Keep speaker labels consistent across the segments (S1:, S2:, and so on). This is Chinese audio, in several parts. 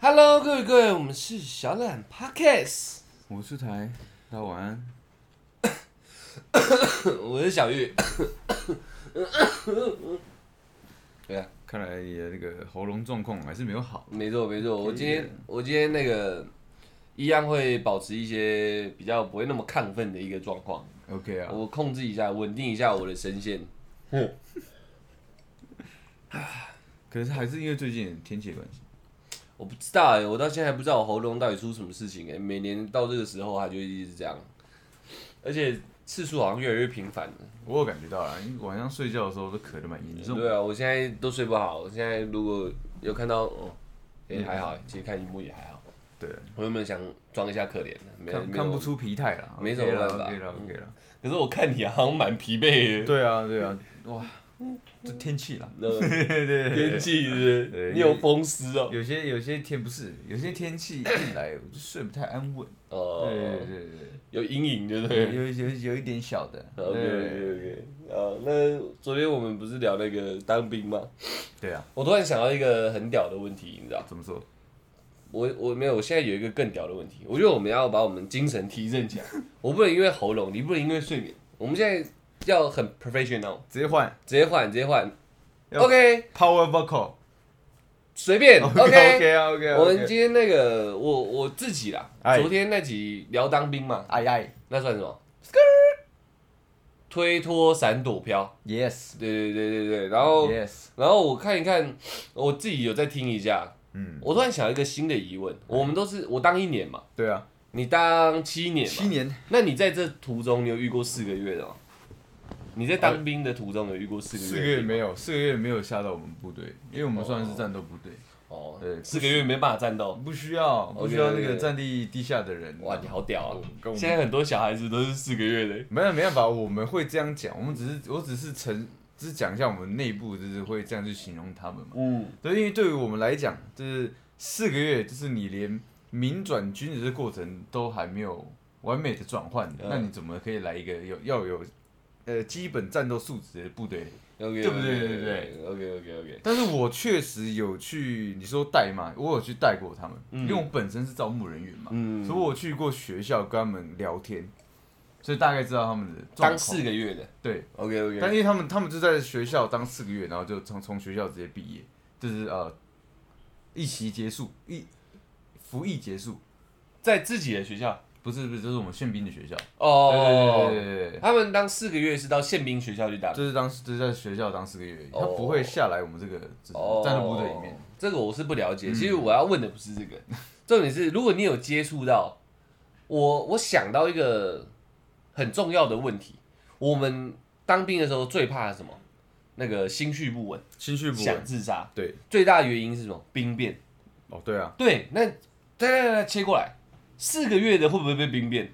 S1: Hello，各位各位，我们是小懒 Podcast，
S2: 我是台，大家晚安。
S1: 我是小玉。 对啊，
S2: 看来你的那个喉咙状况还是没有好。
S1: 没错没错，我今天我今天那个一样会保持一些比较不会那么亢奋的一个状况，
S2: OK 啊，
S1: 我控制一下，稳定一下我的声线。
S2: 可是还是因为最近天气的关系。
S1: 我不知道哎、我到现在还不知道我喉咙到底出什么事情哎、每年到这个时候它就一直这样，而且次数好像越来越频繁了。
S2: 我有感觉到啦，啊因为晚上睡觉的时候都咳得蛮严重。
S1: 对啊，我现在都睡不好。我现在如果有看到，哦，也、还好，其实看荧幕也还好。
S2: 对，
S1: 我原本想装一下可怜的，啊没有
S2: 看
S1: 没
S2: 看不
S1: 有。
S2: 出疲态啦，
S1: 没什
S2: OK
S1: 么
S2: 啦
S1: 办法嗯
S2: ，OK 啦，OK 啦。
S1: 可是我看你好像蛮疲 惫的，
S2: 对啊，对啊，哇，这天气啦，
S1: 那
S2: 对对对
S1: 嗯天
S2: 对，
S1: 气是不是
S2: 对
S1: 你有风湿哦。
S2: 有些有些天不是，有些天气一来我就睡不太安稳。对
S1: 哦，
S2: 对对
S1: 有阴影，对不
S2: 对，
S1: 对
S2: 有有有一点小的。
S1: ？OK OK
S2: 对
S1: OK。啊，那昨天我们不是聊那个当兵吗？
S2: 对啊，
S1: 我突然想到一个很屌的问题，你知道？
S2: 怎么说？
S1: 我我没有，我现在有一个更屌的问题，我觉得我们要把我们精神提振起 来。我不能因为喉咙，你不能因为睡眠，我们现在要很 professional，
S2: 直接换
S1: 直接换，直接换。
S2: 要
S1: OK，
S2: power vocal。
S1: 随便 OK。
S2: OK 啊 OK 啊。
S1: 我们今天那个，我我自己啦，
S2: 哎
S1: 昨天那集聊当兵嘛，
S2: 哎哎
S1: 那算什么？推脱闪躲飘，
S2: ，yes。
S1: 对对对对对。然后
S2: yes，
S1: 然后我看一看，我自己有在听一下，
S2: 嗯，哎
S1: 我突然想到一个新的疑问，我们都是我当一年嘛，
S2: 对啊，
S1: 你当七年嘛，
S2: 七年
S1: 那你在这途中，你有遇过四个月的吗？你在当兵的途中有遇过四个月？
S2: 四个月没有，四个月没有下到我们部队，因为我们算是战斗部队，
S1: 哦，
S2: 对
S1: 四个月没办法战斗。
S2: 不需要不需要那个战地地下的人。
S1: 哇，你好屌啊！
S2: 嗯哦跟我
S1: 现在很多小孩子都是四个月的。
S2: 没有没办法，我们会这样讲，我们只是我只是承，只是讲一下我们内部就是会这样去形容他们嘛。
S1: 嗯，
S2: 对，因为对于我们来讲，就是四个月，就是你连民转军的这个过程都还没有完美的转换，
S1: 嗯
S2: 那你怎么可以来一个有要有呃基本战斗素质的部队？
S1: OK，
S2: 对不对对对
S1: ，OK OK OK，
S2: 但是我确实有去，你说带嘛，我有去带过他们，
S1: 嗯
S2: 因为我本身是招募人员嘛，
S1: 嗯
S2: 所以我去过学校跟他们聊天，所以大概知道他们的
S1: 当
S2: 状况。
S1: 四个月的
S2: 对，
S1: OK
S2: 但
S1: OK，
S2: 因为他们他们就在学校当四个月，然后就从从学校直接毕业，就是呃，一期结束，一服役结束，
S1: 在自己的学校
S2: 不是不是，就是我们宪兵的学校。
S1: 哦
S2: 对对，对对对对，
S1: 他们当四个月是到宪兵学校去打
S2: 就是当就是在学校当四个月而已，他
S1: 哦
S2: 不会下来我们这个就是战斗部队里面嗯
S1: 哦。这个我是不了解。其实我要问的不是这个，重点是如果你有接触到我，我想到一个很重要的问题：我们当兵的时候最怕什么？那个心绪不稳，
S2: 心绪不
S1: 想
S2: 稳。
S1: 自杀，
S2: 对，
S1: 最大的原因是什么？兵变。
S2: 哦对啊，
S1: 对，那来来来切过来，四个月的会不会被兵变？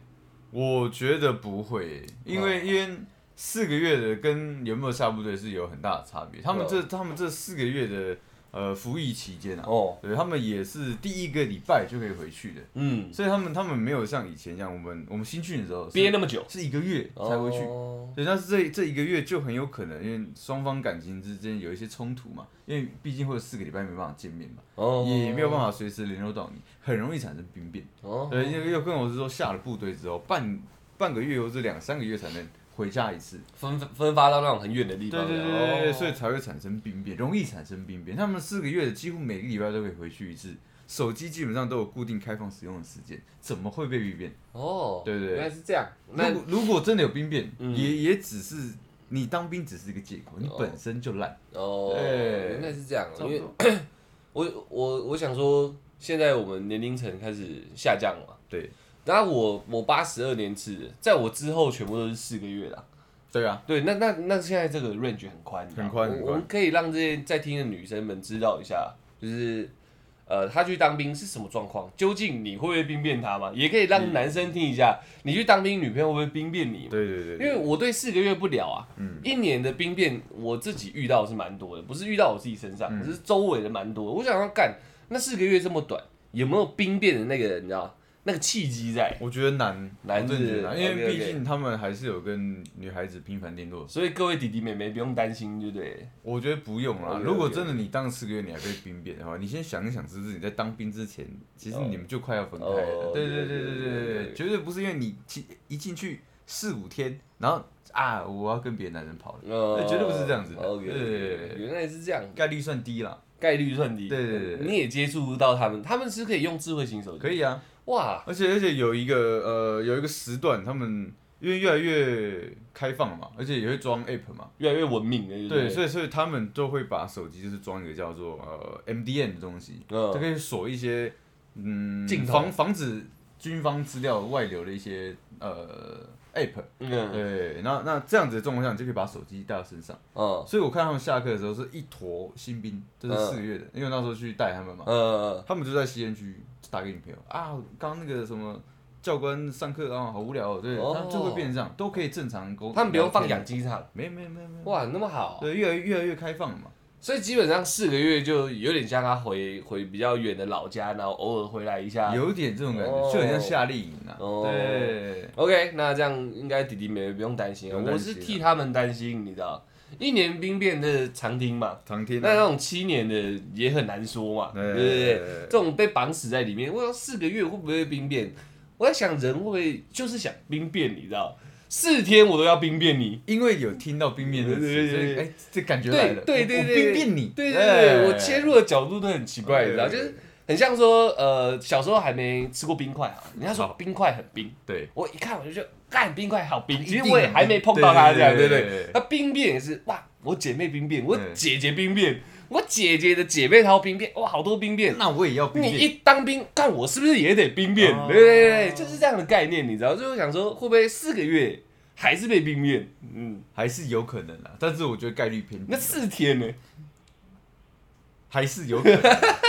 S2: 我觉得不会，因
S1: 哦
S2: 为、因为四个月的跟有没有下部队是有很大的差别。他们
S1: 啊
S2: 这、他们这四个月的呃服役期间啊，
S1: 哦，
S2: 对他们也是第一个礼拜就可以回去的，
S1: 嗯，
S2: 所以他们他们没有像以前一样，我们我们新训的时候是
S1: 憋那么久
S2: 是一个月才回去。
S1: 哦
S2: 对，但是这这一个月就很有可能，因为双方感情之间有一些冲突嘛，因为毕竟会有四个礼拜没办法见面嘛，
S1: 哦
S2: 也没有办法随时联络到你，很容易产生兵变。
S1: 哦，
S2: 对，又又跟我是说下了部队之后，半半个月或者两三个月才能回家一次。
S1: 分分发到那种很远的地
S2: 对
S1: 方
S2: 对
S1: 的。
S2: 对对对，
S1: 哦
S2: 所以才会产生兵变，容易产生兵变。他们四个月的几乎每个礼拜都可以回去一次，手机基本上都有固定开放使用的时间，怎么会被兵变？
S1: 哦，
S2: 对对对
S1: 原来是这样。那
S2: 如果如果真的有兵变，
S1: 嗯
S2: 也也只是你当兵只是一个借口，你本身就烂。
S1: 哦，
S2: 对
S1: 原来是这样，啊
S2: 哎差
S1: 哦因
S2: 不
S1: 为
S2: 多
S1: 我我我想说，现在我们年龄层开始下降了嘛，
S2: 对
S1: 然后我我八十二年次的，在我之后全部都是四个月啦。
S2: 对啊，
S1: 对，那那那现在这个 range 很宽，你知道吗
S2: 很宽
S1: 我
S2: 很
S1: 我
S2: 宽
S1: 们可以让这些在听的女生们知道一下，就是呃，他去当兵是什么状况，究竟你会不会兵变他嘛？也可以
S2: 嗯
S1: 让男生听一下，你去当兵，女朋友会不会兵变你嘛？
S2: 对对对
S1: 因
S2: 对，
S1: 为我对四个月不了啊，
S2: 嗯
S1: 一年的兵变我自己遇到是蛮多的，不是遇到我自己身上，
S2: 嗯
S1: 只是周围的蛮多的我想要干那四个月这么短，有没有兵变的那个你知道那个契机在，
S2: 我觉得难，
S1: 难
S2: 我真的觉得难，因为
S1: OK，OK
S2: 毕竟他们还是有跟女孩子频繁联络。
S1: 所以各位弟弟妹妹不用担心，对不对？
S2: 我觉得不用啦
S1: OK，OK，
S2: 如果真的你当四个月你还被兵变的话，你先想一想，是不是你在当兵之前，其实
S1: 哦
S2: 你们就快要分开
S1: 哦
S2: 了？对
S1: 对对
S2: 对对
S1: 对
S2: 对对
S1: 对
S2: 对
S1: 对
S2: 对，绝对不是因为你进一进去四五天，然后啊我要跟别的男人跑了，
S1: 呃
S2: 对哎绝对不是这样子的
S1: OK，
S2: 对对对对
S1: 原来是这样，
S2: 概率算低啦。
S1: 概率算低。
S2: 对对对对
S1: 你也接触到他们，他们是可以用智慧型手机。
S2: 可以啊，
S1: 哇，
S2: 而且而且有一个呃有一个时段，他们因为越来越开放了嘛，而且也会装 app 嘛，
S1: 越来越文明了，
S2: 对，
S1: 不
S2: 所以所以他们都会把手机就是装一个叫做呃 MDM 的东西，
S1: 嗯
S2: 它可以锁一些嗯
S1: 镜头
S2: 防防止军方资料外流的一些呃 app。
S1: 嗯
S2: 对，那那这样子的状况下，你就可以把手机带到身上。
S1: 嗯
S2: 所以我看他们下课的时候是一坨新兵，就是
S1: 嗯
S2: 四个月的，因为那时候去带他们嘛，
S1: 嗯
S2: 他们就在吸烟区打给女朋友啊，刚刚那个什么。教官上课啊，好无聊哦，对，
S1: 哦
S2: 他们就会变成这样，都可以正常沟。
S1: 嗯，他们不用放养
S2: 养，
S1: 鸡场，
S2: 没有没有没有没有，
S1: 哇，那么好，
S2: 对，越来越来越开放了嘛。
S1: 所以基本上四个月就有点像他回回比较远的老家，然后偶尔回来一下。
S2: 有一点这种感
S1: 哦
S2: 觉，就很像夏令营啊。
S1: 哦
S2: 对，
S1: OK，那这样应该弟弟妹妹不用担心啊，
S2: 不用
S1: 我
S2: 担心
S1: 是
S2: 啊
S1: 替他们担心，你知道，一年兵变的常听嘛，
S2: 常听
S1: 那那种七年的也很难说嘛，啊对
S2: 对
S1: 不对？
S2: 对
S1: 这种被绑死在里面，我要四个月会不会兵变？我在想人会不会就是想兵变，你知道？四天我都要兵变你，
S2: 因为有听到冰面的词，
S1: 对对
S2: 所
S1: 对
S2: 以哎，这感觉来
S1: 对
S2: 了，
S1: 对
S2: 我
S1: 对
S2: 我
S1: 对，
S2: 冰变你，
S1: 对对对，
S2: 哎
S1: 我切入的角度都很奇怪，你知道，就
S2: 对对对
S1: 是很像说，呃，小时候还没吃过冰块啊，人家说
S2: 好
S1: 冰块很冰，
S2: 对，
S1: 我一看我就觉得，干冰块好冰，
S2: 一
S1: 其实
S2: 定
S1: 我也
S2: 很
S1: 还
S2: 冰
S1: 没碰到它
S2: 对对
S1: 这样，对
S2: 对
S1: 不
S2: 对对
S1: 对
S2: 对？
S1: 那兵变也是，哇，我姐妹兵变，我
S2: 嗯
S1: 姐姐兵变，我姐姐的姐妹她要兵变，哇，好多兵变。
S2: 那我也要冰
S1: 你
S2: 变，
S1: 一当兵，干我是不是也得兵变？
S2: 哦
S1: 对对对，就是这样的概念，你知道？所以我想说，会不会四个月还是被兵变？嗯，
S2: 还是有可能啦，但是我觉得概率偏低
S1: 那，四天 呢？
S2: 还是有可能，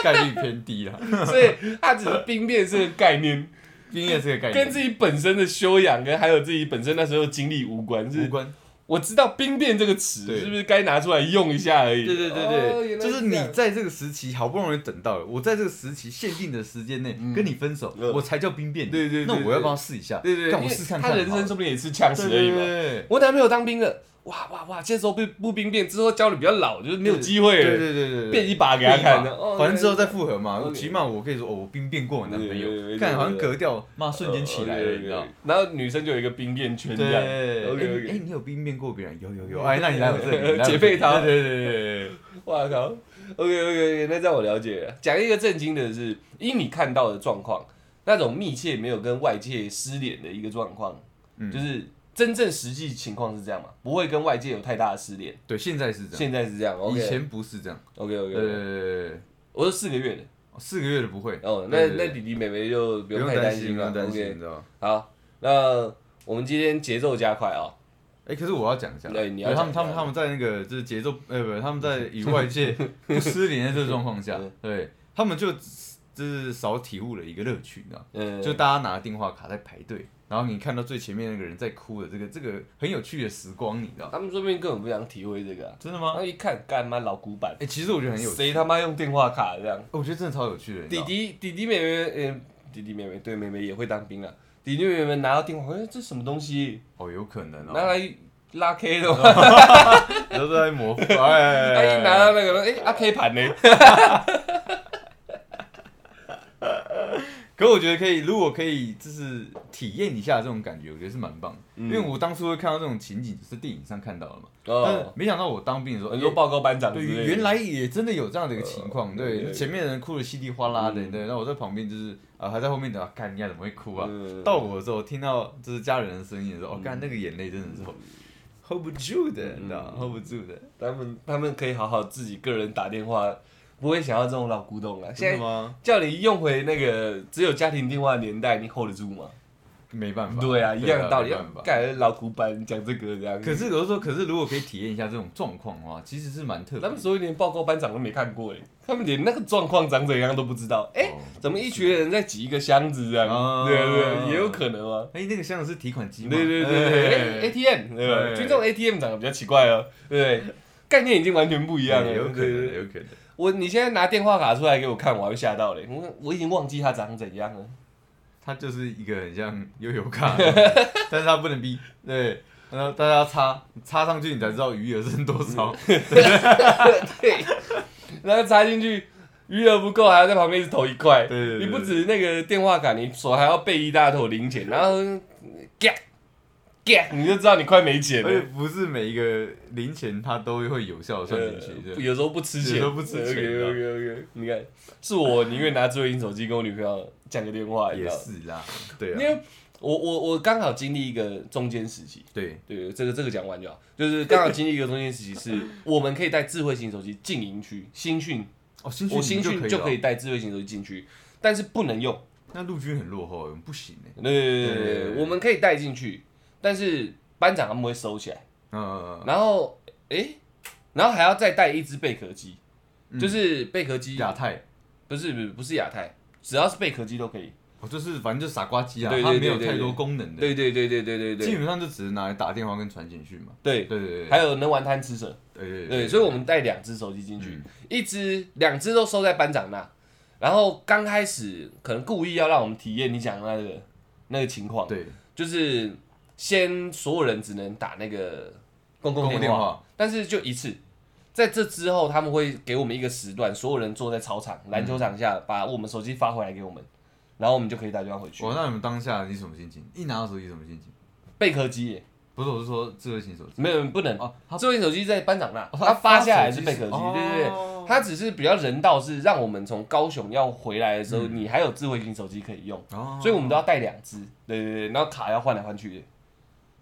S2: 概率偏低 啦。
S1: 所以它只是兵变这个概念，
S2: 冰面这个概
S1: 跟
S2: 念
S1: 自己本身的修养跟还有自己本身那时候的经历无关。
S2: 无
S1: 是
S2: 关，
S1: 我知道“兵变”这个词
S2: 对
S1: 是不是该拿出来用一下而已？
S2: 对对对
S1: 哦
S2: 对，
S1: 原来
S2: 就是
S1: 这
S2: 你
S1: 样
S2: 在这个时期好不容易等到了，我在这个时期限定的时间内跟你分手，
S1: 嗯
S2: 我才叫冰变你。
S1: 对对对
S2: 那
S1: 对
S2: 我要帮他试一下，
S1: 对对对，
S2: 让我
S1: 因为
S2: 试看看
S1: 他
S2: 好了。
S1: 人生说不定也是呛死而已
S2: 对
S1: 嘛。
S2: 对对
S1: 我男朋友当兵了，哇哇哇，这时候不不兵变，之后交的比较老，就是没有机会了。
S2: 对对对对对，
S1: 变一把给他看的，哦
S2: 反正之后再复合嘛，
S1: OK
S2: 起码我可以说，哦，我兵变过我男朋
S1: 对对对对哦
S2: 友，看好像格调，妈
S1: 对
S2: 瞬间起来了，你知道？
S1: 然后女生就有一个兵变圈这
S2: 对，
S1: 样
S2: 哎
S1: ，OK
S2: 哎，
S1: OK，
S2: 你有兵变过别人？有有有，哎，那你来我这 里，
S1: 姐妹淘
S2: 对对对对对，
S1: 哇靠，OK OK OK，那这样我了解了。讲一个震惊的是，因你看到的状况，那种密切没有跟外界失联的一个状况，
S2: 嗯
S1: 就是真正实际情况是这样嘛，不会跟外界有太大的失联。
S2: 对，现在是这样，
S1: 现在是这样，OK，
S2: 以前不是这样，
S1: OK
S2: 对对
S1: OK，
S2: 对对对，
S1: 我说四个月的，
S2: 四个月的不会，
S1: 哦，那
S2: 对对
S1: 那
S2: 对
S1: 弟弟妹妹就不
S2: 不
S1: 用
S2: 用
S1: 太
S2: 担
S1: 心
S2: 不
S1: 了
S2: 用担心，你
S1: ，OK，
S2: 知道吗？
S1: 好，那我们今天节奏加快啊，
S2: 哎，可是我要讲一下，
S1: 对你要
S2: 他们他
S1: 讲一
S2: 们
S1: 下
S2: 他们在那个就是节奏，呃，不，他们在与 外界不失联的这个状况下
S1: 嗯，
S2: 对他们就就是少体悟了一个乐趣，你知道吗？
S1: 嗯，
S2: 就大家拿电话卡在排队，然后你看到最前面那个人在哭的这个这个很有趣的时光，你知道吗？
S1: 他们说不定根本不想体会这个、啊，
S2: 真的
S1: 然
S2: 吗？
S1: 后一看，干妈老古板
S2: 哎、，其实我觉得很有趣，
S1: 谁他妈用电话卡这样？
S2: 我觉得真的超有趣的。你知
S1: 弟
S2: 道吗
S1: 弟弟弟妹妹，嗯、弟弟妹妹对妹妹也会当兵啊，弟弟妹妹拿到电话，哎、这什么东西？
S2: 哦，有可能哦，
S1: 拿来拉 K 的嘛，
S2: 都在模仿，哎，
S1: 他一拿到那哦个，哎、阿 K 盘呢？
S2: 可我觉得可以，如果可以，就是体验一下这种感觉，我觉得是蛮棒的。
S1: 嗯
S2: 因为我当初会看到这种情景，就是电影上看到了嘛，但是
S1: 哦，
S2: 没想到我当兵的时候，
S1: 很多
S2: 哎
S1: 报告班长之类
S2: 对，
S1: 的
S2: 原来也真的有这样的一个情
S1: 呃
S2: 况，
S1: 对对
S2: 对，前面人哭的稀里哗啦的，
S1: 嗯
S2: 对，那我在旁边就是啊，还在后面等，啊干你啊怎么会哭啊
S1: 嗯？
S2: 到我的时候听到就是家人的声音的时候，哦，干那个眼泪真的是 hold 不住的，
S1: 嗯
S2: 你知道吗，hold 不住的，
S1: 他们他们可以好好自己个人打电话，不会想要这种老古董了。
S2: 真
S1: 现
S2: 的
S1: 在
S2: 吗？
S1: 叫你用回那个只有家庭电话的年代，你 hold 得住吗？
S2: 没办法，
S1: 对啊，一样的道理
S2: 没办。法。
S1: 感觉老古板讲这个这样，
S2: 可是有的时候，可是如果可以体验一下这种状况的话，其实是蛮特别
S1: 他
S2: 的
S1: 们。所有连报告班长都没看过哎，他们连那个状况长怎样都不知道。哎、
S2: 哦
S1: 怎么一群人在挤一个箱子这样？
S2: 哦
S1: 对不对，也有可能啊。
S2: 哎，那个箱子是提款机
S1: 对
S2: 吗？
S1: 对对对、
S2: 哎
S1: a t m 对吧？
S2: 哎
S1: 军中 ATM 长得比较奇怪哦，对不对？概念已经完全不一样了。
S2: 哎有可
S1: 对对
S2: 能，
S1: 对
S2: 有可能。
S1: 我你现在拿电话卡出来给我看，我还会吓到嘞。我我已经忘记它长怎样了。
S2: 它就是一个很像悠游卡， 但是它不能逼，对，然后大家插插上去，你才知道余额剩多少，
S1: 嗯对，然后插进去，余额不够，还要在旁边一直投一块。
S2: 对对对
S1: 你不止那个电话卡，你手还要备一大坨零钱，然后嘎嘎，你就知道你快没钱
S2: 而且
S1: 了。
S2: 不是每一个零钱它都会有效地算进去，
S1: 呃
S2: 对，
S1: 有时候不吃钱，
S2: 有时候不吃钱
S1: OK OK OK，你看，是我宁愿拿智慧型手机跟我女朋友讲个电话，你
S2: 也
S1: 知道吗，
S2: 是啦，对
S1: 因
S2: 啊，
S1: 为我我我刚好经历一个中间时期，
S2: 对，
S1: 对，这个这个讲完就好。就是刚好经历一个中间时 期，是我们可以带智慧型手机进营区，新训
S2: 哦，新
S1: 我新
S2: 训
S1: 训
S2: 你
S1: 就可以
S2: 了，
S1: 带智慧型手机进去，但是不能用。
S2: 哦那陆军很落后，我们不行哎，
S1: 对对对对对，
S2: 对
S1: 我们可以带进去，但是班长他们会收起来，
S2: 嗯，
S1: 然后诶，然后还要再带一只贝壳机，
S2: 嗯
S1: 就是贝壳机
S2: 亚太，
S1: 不是不是不是亚太，只要是贝壳机都可以。
S2: 哦，就是反正就是傻瓜机啊，
S1: 对对
S2: 它没有
S1: 对对
S2: 太
S1: 对
S2: 多功能的，
S1: 对对对对对对
S2: 基
S1: 对
S2: 本上就只是拿来打电话跟传简讯嘛，
S1: 对
S2: 对，对对，
S1: 还有能玩贪吃蛇，
S2: 对对
S1: 对，嗯所以我们带两只手机进去，一只两只都收在班长那，然后刚开始可能故意要让我们体验你讲的那个那个情况，
S2: 对
S1: 就是先所有人只能打那个公共
S2: 公
S1: 电
S2: 共
S1: 话，
S2: 电话
S1: 但是就一次。在这之后，他们会给我们一个时段，所有人坐在操场篮球场下，把我们手机发回来给我们，然后我们就可以打电话回去。
S2: 哦哇，那你们当下你什么心情？一拿到手机什么心情？
S1: 贝壳机耶
S2: 不是，我是说智慧型手机。
S1: 没有不能，
S2: 哦，他
S1: 智慧手机在班长那，
S2: 哦
S1: 他发下来是贝壳机，
S2: 哦
S1: 对对对，它只是比较人道，是让我们从高雄要回来的时候，你还有智慧型手机可以用，
S2: 哦，
S1: 所以我们都要带两只，对对对，然后卡要换来换去的，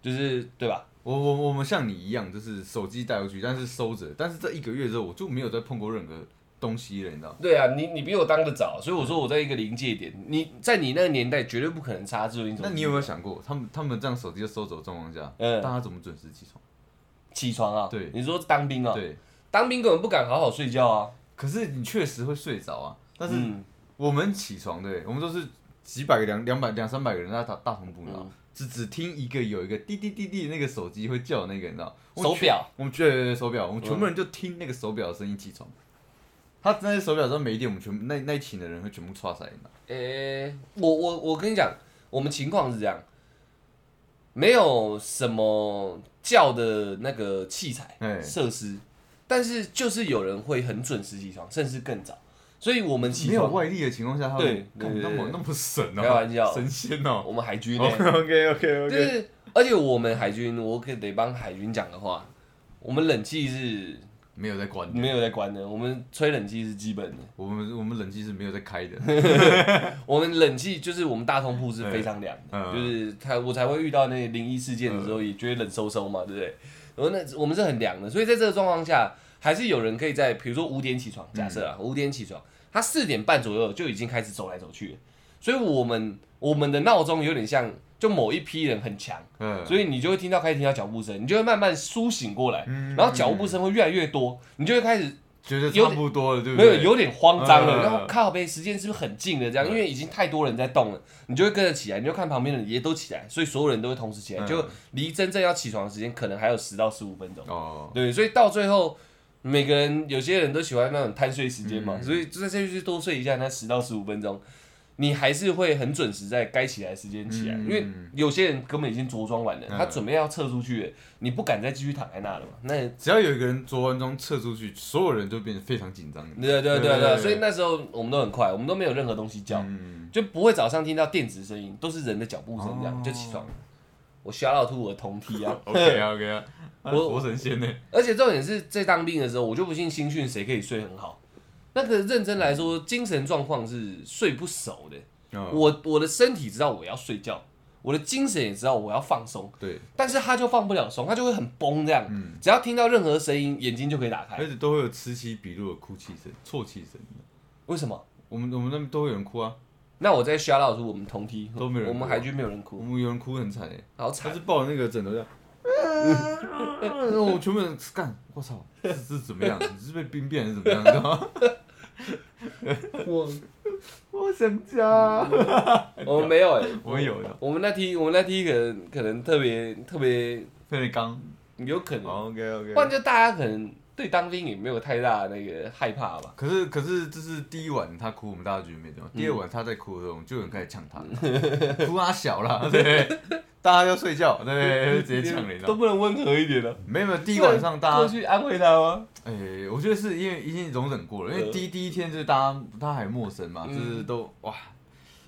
S1: 就是对吧？
S2: 我我我们像你一样，就是手机带回去，但是收着，但是这一个月之后我就没有再碰过任何东西了，你知道吗？
S1: 对啊，你你比我当的早，所以我说我在一个临界点，嗯你在你那个年代绝对不可能差智慧型手机。
S2: 那你有没有想过，他们他们这样手机就收走的状况下，
S1: 嗯
S2: 大家怎么准时起床？
S1: 起床啊？
S2: 对
S1: 你说当兵啊？
S2: 对，
S1: 当兵根本不敢好好睡觉啊。
S2: 可是你确实会睡着啊，但是
S1: 嗯，
S2: 我们起床的，我们都是几百个两两百两三百个人在大大同步，你知道吗只只听一个有一个滴滴滴滴那个手机会叫的那个，你知道吗？我们
S1: 手表
S2: 全，我们对对对手表，我们全部人就听那个手表的声音起床。他那些手表只要没电，我们全部那那一群的人会全部刷塞，你知道吗？
S1: 诶、我我我跟你讲，我们情况是这样，没有什么叫的那个器材
S2: 哎
S1: 设施，但是就是有人会很准时起床，甚至更早，所以我们起
S2: 没有
S1: 床，
S2: 外力的情况下，他
S1: 对
S2: 们
S1: 对
S2: 干
S1: 对
S2: 那么
S1: 对
S2: 那么神哦，
S1: 开玩笑
S2: 神仙哦。
S1: 我们海 军呢、
S2: OK OK
S1: 就
S2: OK，
S1: 是而且我们海军，我可得帮海军讲的话，我们冷气是
S2: 没有在关的，
S1: 没有在关的，我们吹冷气是基本的。
S2: 我们我们冷气是没有在开的。
S1: 我们冷气就是我们大通铺是非常凉的，
S2: 嗯
S1: 就是他我才会遇到那灵异事件的时候也觉得冷飕飕嘛，对不对？然后那我们是很凉的，所以在这个状况下，还是有人可以在比如说五点起床，假设啊五点起床，他四点半左右就已经开始走来走去了，所以我们我们的闹钟有点像就某一批人很强，
S2: 嗯，
S1: 所以你就会听到开始听到脚步声，你就会慢慢苏醒过来，然后脚步声会越来越多，你就会开始
S2: 觉得
S1: 有
S2: 差不多了，对不
S1: 没
S2: 对？
S1: 有有点慌张
S2: 嗯
S1: 了，然后靠背时间是不是很近了？这样，因为已经太多人在动了，你就会跟着起来，你就看旁边的人也都起来，所以所有人都会同时起来，
S2: 嗯
S1: 就离真正要起床的时间可能还有十到十五分钟。
S2: 哦，
S1: 对，所以到最后，每个人有些人都喜欢那种贪睡时间嘛，
S2: 嗯
S1: 所以就在这去多睡一下那十到十五分钟，你还是会很准时在该起来的时间起来，
S2: 嗯
S1: 因为有些人根本已经着装完了，
S2: 嗯
S1: 他准备要撤出去了，你不敢再继续躺在那了嘛，那
S2: 只要有一个人昨晚中撤出去，所有人就变得非常紧张。
S1: 对啊对啊对啊对啊，
S2: 对
S1: 所以那时候我们都很快，我们都没有任何东西叫，
S2: 嗯，
S1: 就不会早上听到电子声音，都是人的脚步声这样、
S2: 哦，
S1: 就起床了。我小老吐我的同梯啊
S2: OK 啊 OK 啊，
S1: 我
S2: 啊活神仙呢？
S1: 而且重点是在当兵的时候，我就不信新训谁可以睡很好。那个认真来说，精神状况是睡不熟的。
S2: 哦，
S1: 我我的身体知道我要睡觉，我的精神也知道我要放松，
S2: 对，
S1: 但是他就放不了松，他就会很崩这样。
S2: 嗯哎
S1: 只要听到任何声音，眼睛就可以打开
S2: 而。且都会有此起彼落的哭泣声、啜泣声。
S1: 为什么？
S2: 我们我们那边都会有人哭啊，
S1: 那我在 shout out 说我们同梯
S2: 都没有人
S1: 我们
S2: 哭啊
S1: 海军没有人
S2: 我
S1: 哭，
S2: 们有人哭很惨嗯哎，
S1: 好
S2: 他
S1: 惨
S2: 是。抱着那个枕头这样。然后我全部人干，我操，这是怎么样？你是被兵变还是怎么样？你知道吗？
S1: 我
S2: 啊我想家，
S1: 我们没有哎、
S2: 我有的，
S1: 我们那梯，我们那梯可能可能特别特别
S2: 特别刚。
S1: 有可能，
S2: OK OK，
S1: 不然就大家可能对当兵也没有太大的那个害怕吧？
S2: 可是可是这是第一晚他哭，我们大家觉得没怎么样。第二晚他在哭的时候，我们就有人开始呛他， 哭他小啦，对不对？大家要睡觉，对不对？直接呛 人
S1: 都
S2: 了。
S1: 不能温和一点的、
S2: 没有没有，第一晚上大
S1: 过
S2: 家，
S1: 去安慰他吗？
S2: 哎、我觉得是因为已经容忍过了，因为第一第一天就是大家他还陌生嘛，
S1: 嗯
S2: 就是都哇。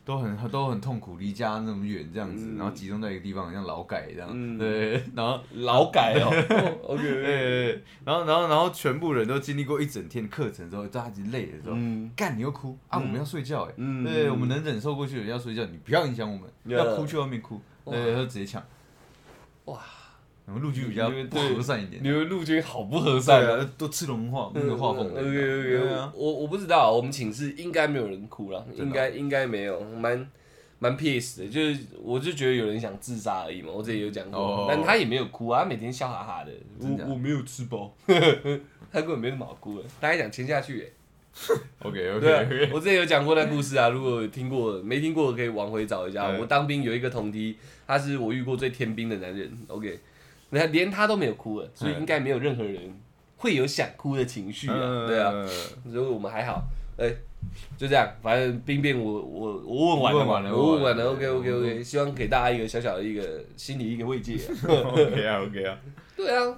S2: 都很都很痛苦，离家那么远这样子，
S1: 嗯
S2: 然后集中在一个地方，像劳改这样，
S1: 嗯
S2: 对，然后
S1: 劳改 哦哦，OK，
S2: 对，然后然后然后全部人都经历过一整天课程之后，大家已经累了之后，
S1: 嗯
S2: 干你又哭啊，
S1: 嗯
S2: 我们要睡觉哎，
S1: 嗯
S2: 对，我们能忍受过去的人要睡觉，你不要影响我们，
S1: Yeah
S2: 要哭去外面哭，
S1: 哇
S2: 对，就直接抢，
S1: 哇，
S2: 我们陆军比较
S1: 你们
S2: 不
S1: 对
S2: 和善一点
S1: 你，们陆军好不和善
S2: 对
S1: 啊！
S2: 啊，都吃龙化那个画风的
S1: 嗯 OK
S2: 对
S1: OK，
S2: 啊，
S1: 我我不知道，我们寝室应该没有人哭了，
S2: 真的
S1: 应该应该没有，蛮蛮 peace 的，就是我就觉得有人想自杀而已嘛，我自己有讲过
S2: 哦，
S1: 但他也没有哭啊，他每天笑哈哈的，
S2: 真假
S1: 我我没有吃饱， 他根本没什么好哭的，他还想签下去耶，
S2: ，OK
S1: 对
S2: OK
S1: 啊
S2: OK，，
S1: 我之前有讲过那故事啊，如果有听过没听过的可以往回找一下。
S2: 嗯
S1: 我当兵有一个同梯，他是我遇过最天兵的男人，OK，那连他都没有哭了，所以
S2: 嗯
S1: 应该没有任何人会有想哭的情绪啊，对啊，，所以我们还好，哎、就这样，反正兵变我我我问完了
S2: 问
S1: 嘛，
S2: 完了
S1: 我问完
S2: 问完
S1: 了
S2: 了
S1: ，OK OK
S2: 嗯
S1: OK，希望给大家一个小小的一个心理一个慰 藉、啊。
S2: ，OK 啊 OK 啊，
S1: 对啊，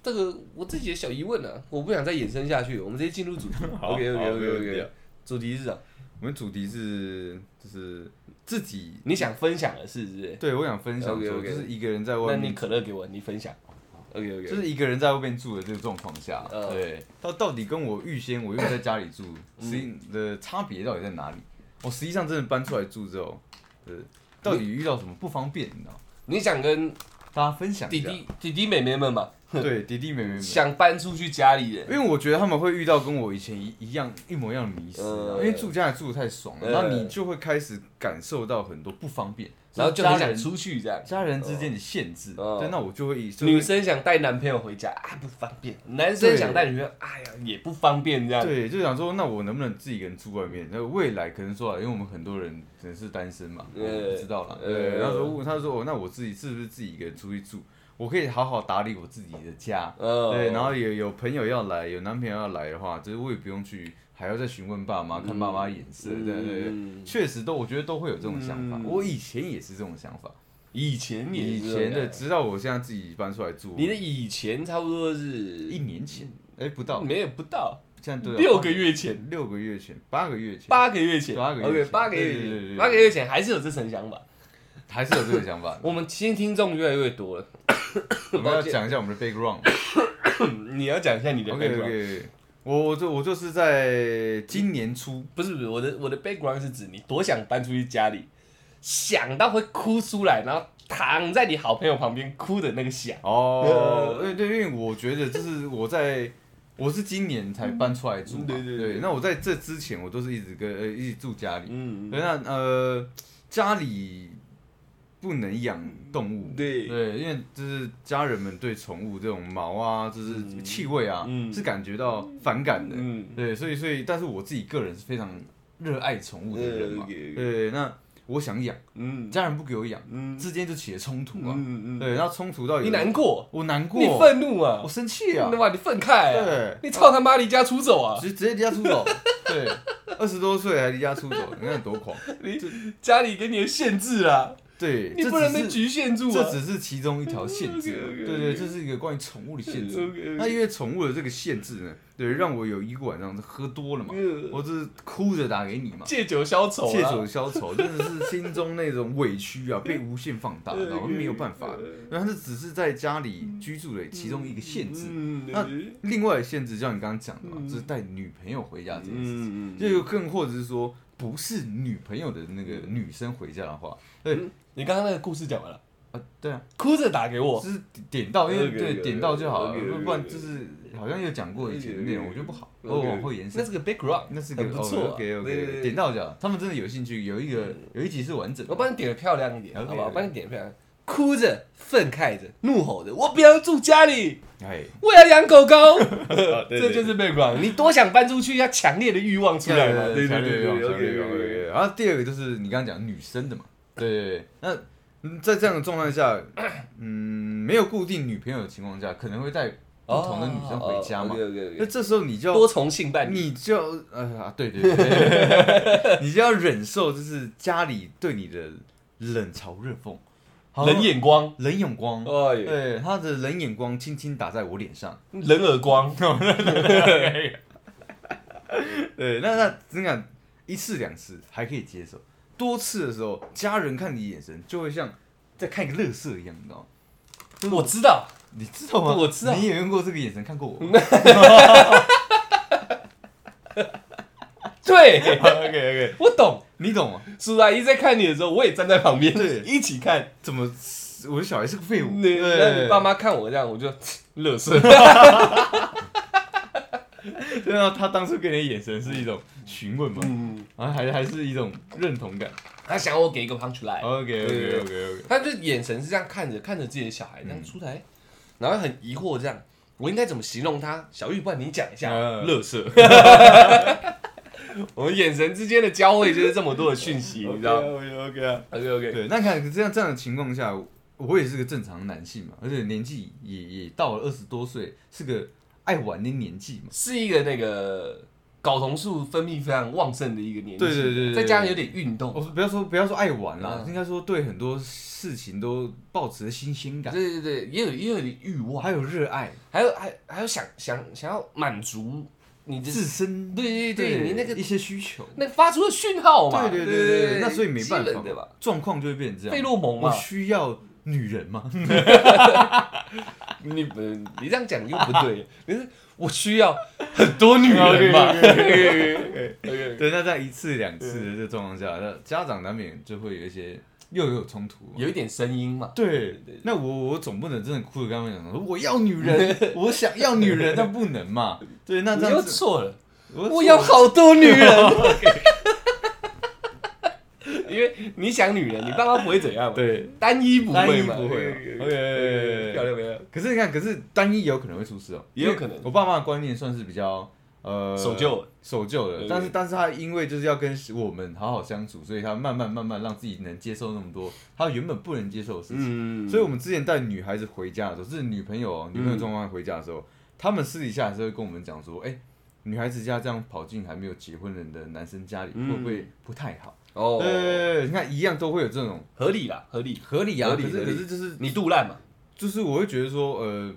S1: 这个我自己的小疑问啊，我不想再延伸下去，我们直接进入主题。
S2: 好
S1: OK OK
S2: 好没
S1: OK
S2: 问题
S1: OK，
S2: 啊
S1: 主题是什么？
S2: 我们主题是就是自己，
S1: 你想分享的事是不是？
S2: 对我想分享说，
S1: OK，OK
S2: 就是一个人在外
S1: 那
S2: 面
S1: 你可乐给我，你分享。OK OK，
S2: 嗯 就是一个人在外面住的这个状况下，
S1: 嗯
S2: 对，到到底跟我预先我又在家里住，实际的差别到底在哪里？我实际上真的搬出来住之后，呃，到底遇到什么不方便，你知道吗？
S1: 你想跟
S2: 大家分享
S1: 弟
S2: 一下。
S1: 弟弟弟妹妹们嘛，
S2: 对弟弟妹妹们，
S1: 想搬出去家里人，
S2: 因为我觉得他们会遇到跟我以前一一样一模一样的迷失啊，
S1: 嗯
S2: 因为住家里住的太爽了，
S1: 嗯
S2: 然后你就会开始感受到很多不方便，
S1: 然后就很
S2: 家
S1: 想
S2: 人哦
S1: 出去这样。
S2: 家人之间的限制，
S1: 嗯
S2: 对，那我就会以
S1: 女生想带男朋友回家啊，不方便；男生
S2: 对
S1: 想带女朋友，哎呀，也不方便这样。
S2: 对，就想说，那我能不能自己一个人住外面？那未来可能说啊，因为我们很多人可能是单身嘛，我不知道啦。
S1: 呃
S2: 对，然后说，他说，哦，那我自己是不是自己一个人出去住？我可以好好打理我自己的家。
S1: 嗯
S2: 对，然后有有朋友要来，有男朋友要来的话，就是我也不用去，还要再询问爸妈，看爸妈眼色。对对对，
S1: 嗯
S2: 确实都，我觉得都会有这种想法。
S1: 嗯
S2: 我以前也是这种想法，
S1: 以前也
S2: 以
S1: 是这样
S2: 前的，直到我现在自己搬出来住，
S1: 你的以前差不多是
S2: 一年前，哎，不到，
S1: 没有不到
S2: 现在对啊
S1: 嗯六个月前，
S2: 六个月前，八个月前。
S1: 八个月前
S2: 八个月
S1: ，OK，
S2: 前
S1: 八个月
S2: 对对对
S1: 前，
S2: 对
S1: 八个月前还是有这层想法。。
S2: 还是有这个想法
S1: 我们新听众越来越多了，
S2: 我们要讲一下我们的 background。
S1: 你要讲一下你的
S2: OK
S1: background。
S2: OK，我我就我就是在今年初，
S1: 不是不是，我的我的 background 是指你多想搬出去家里，想到会哭出来，然后躺在你好朋友旁边哭的那个想。
S2: 哦，对对，因为我觉得就是我在。我是今年才搬出来住嘛，
S1: 嗯对对对
S2: 那我在这之前，我都是一直跟呃一直住家里。
S1: 嗯，
S2: 对，那呃家里不能养动物，
S1: 对
S2: 对，因为就是家人们对宠物这种毛啊，就是
S1: 嗯
S2: 气味啊，
S1: 嗯
S2: 是感觉到反感的。
S1: 嗯
S2: 对，所以所以，但是我自己个人是非常热爱宠物的人
S1: 嗯
S2: 嘛，
S1: ，OK，OK
S2: 对，那我想养，
S1: 嗯
S2: 家人不给我养，
S1: 嗯
S2: 之间就起了冲突啊，
S1: 嗯嗯，
S2: 对，那冲突到有
S1: 你难过，
S2: 我难过，
S1: 你愤怒啊
S2: 我，生气啊
S1: 对，吧？你愤慨啊
S2: 对，
S1: 你操他妈离家出走啊！
S2: 直直接离家 出走，对，二十多岁还离家出走，你看多狂，
S1: 你家里给你的限制啊，
S2: 对，
S1: 你
S2: 这
S1: 不能
S2: 只
S1: 被
S2: 是
S1: 局限住啊。
S2: 这只是其中一条 限制而已，
S1: OK，OK，OK
S2: 对对，这是一个关于宠物的 限制。
S1: OK，OK
S2: 那因为宠物的这个限制呢，对，让我有一个晚上是喝多了嘛，
S1: 嗯
S2: 我只是哭着打给你嘛，
S1: 借酒消愁啊，
S2: 借酒 消愁，真的是心中那种委屈啊，被无限放大，
S1: 嗯
S2: 然后没有办法，
S1: 呃
S2: 然后这只是在家里居住的其中一个限制。
S1: 嗯，
S2: 那
S1: 嗯
S2: 另外的限制，就像你刚刚讲的嘛，
S1: 嗯
S2: 就是带女朋友回家这件事情，
S1: 嗯，
S2: 就有更或者是说不是女朋友的那个
S1: 嗯
S2: 女生回家的话，对
S1: 你刚刚那个故事讲完了，
S2: 啊，对啊，
S1: 哭着打给我，
S2: 就是点到，因为
S1: OK，OK，
S2: 对点到就好了，
S1: OK，OK，OK
S2: 不然就是好像有讲过以前的内容，我觉得不好，我往后延伸
S1: 那。是个 background，
S2: 那是个
S1: 很不错啊
S2: OK
S1: 对对对嗯
S2: OK，点到就好。他们真的有兴趣，有一个有一集是完整的，
S1: 我帮你点的漂亮一点，好
S2: OK，
S1: 不好？
S2: OK
S1: 帮你点得漂亮，哭着、愤慨着、怒吼着，我不要住家里，
S2: 哎，
S1: 我要啊养狗 狗，
S2: 对
S1: 这就是 background。你多想搬出去，要强烈的欲望出来嘛？对对对对
S2: 对对
S1: ，OK，OK，OK
S2: 对。然后第二个就是你刚刚讲女生的嘛，对对对。那嗯在这样的状态下，嗯，没有固定女朋友的情况下，可能会带不同的女生回家嘛。
S1: OK OK
S2: 那
S1: OK，
S2: 这时候你就要
S1: 哦多重性伴侣，
S2: 你就要呃，啊对对对，你就要忍受就是家里对你的冷嘲热讽，好
S1: 冷眼光，
S2: 冷眼光，
S1: 哎，
S2: 对他的冷眼光轻轻打在我脸上。
S1: 冷耳光，
S2: 对，那那怎讲一次两次还可以接受，多次的时候，家人看你眼神就会像在看一个乐色一样，你知道吗？
S1: 我知道，
S2: 你知道吗？
S1: 我知道
S2: 你也用过这个眼神看过我吗。
S1: 对
S2: OK OK，
S1: 我懂。
S2: 你懂吗？
S1: 叔叔阿姨在看你的时候，我也站在旁边，
S2: 对
S1: 一起看。
S2: 怎么我的小孩是个废物？
S1: 那那你爸妈看我这样，我就乐色。
S2: 对啊，他当初给你的眼神是一种询问嘛，
S1: 嗯，
S2: 然后还还是一种认同感。
S1: 他想要我给一个 punch line，
S2: OK OK OK OK，
S1: 他就眼神是这样看着看着自己的小孩
S2: 嗯
S1: 这样出来，然后很疑惑这样，我应该怎么形容他？小玉，不然你讲一下，
S2: 嗯
S1: 乐 色。我们眼神之间的交汇就是这么多的讯 息，你知道
S2: ？OK OK 啊。
S1: ？OK OK，
S2: 对，那看这样这样的情况下，我我也是个正常男性嘛，而且年纪也也到了二十多岁，是个爱玩的年纪嘛。
S1: 是一个那个睾酮素分泌非常旺盛的一个年纪，
S2: 对对对对对哦
S1: 再加上有点运动
S2: 我，说不要说不要说爱玩啦，
S1: 嗯
S2: 应该说对很多事情都抱持新鲜感，
S1: 对对对，也有也有点欲望，
S2: 还有热爱
S1: 还有还还有想想想要满足你的
S2: 自身
S1: 对对对你那个
S2: 一些需求。
S1: 那个发出的讯号嘛，
S2: 对对
S1: 对
S2: 对对，那所以没办
S1: 基
S2: 法
S1: 本的
S2: 嘛
S1: 吧，，
S2: 状况就会变成这
S1: 费
S2: 样。
S1: 洛蒙
S2: 我
S1: 嘛，
S2: 需要女 人嘛？
S1: 你不你这样讲又不 对，你是我需要很多女人嘛
S2: 对对
S1: ，OK OK，
S2: 对，那在一次两次的这状况
S1: 嗯
S2: 下，那家长难免就会有一些又有冲突嘛。
S1: 有一点声音嘛，
S2: 对，那我我总不能真的哭着跟他们讲说我要女人， 我想要女人，那不能嘛？对，那
S1: 你
S2: 这
S1: 又
S2: 样子，
S1: 错了，
S2: 我
S1: 我要好多女 人， 因为你想女人，你爸妈不会怎样嘛，，
S2: 对，
S1: 单一不
S2: 单
S1: 会
S2: 一
S1: 嘛，
S2: 不会
S1: 对
S2: 嘛
S1: 对对对
S2: ，OK，
S1: 漂亮漂亮，
S2: 可是你看，可是单一也有可能会出事哦，
S1: 也有可能
S2: 因为我爸妈的观念算是比较呃
S1: 守旧，
S2: 守旧的
S1: 对，
S2: 但是但是他因为就是要跟我们好好相处，所以他慢慢慢慢让自己能接受那么多他原本不能接受的事情。
S1: 嗯，
S2: 所以我们之前带女孩子回家的时候，是女朋友哦、女朋友状况回家的时候，他们私底下还是会跟我们讲说，哎、女孩子家这样跑进还没有结婚人的男生家里，
S1: 嗯
S2: 会不会不太好？
S1: 哦，
S2: 对，你看一样都会有这种
S1: 合理啦，合理，
S2: 呃合理
S1: 啊合
S2: 可是
S1: 理
S2: 可是就是
S1: 你杜烂嘛。
S2: 就是我会觉得说，呃，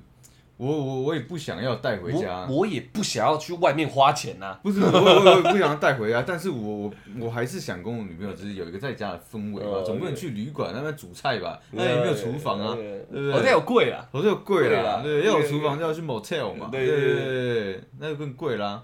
S2: 我我我也不想要带回家
S1: 我，我也不想要去外面花钱啊呐、
S2: 不是我我我也不想要带回家，但是我我我还是想跟我女朋友就是有一个在家的氛围嘛
S1: 哦，
S2: 总不能去旅馆那边煮菜吧，那也没有厨房啊，
S1: 对
S2: 对不对
S1: 好像有贵啊啦。
S2: 我就贵
S1: 贵啦
S2: 啦，对，要有
S1: 对
S2: 厨房就要去 motel 嘛，
S1: 对
S2: 对
S1: 对
S2: 对
S1: 对
S2: 对对，那就更贵啦，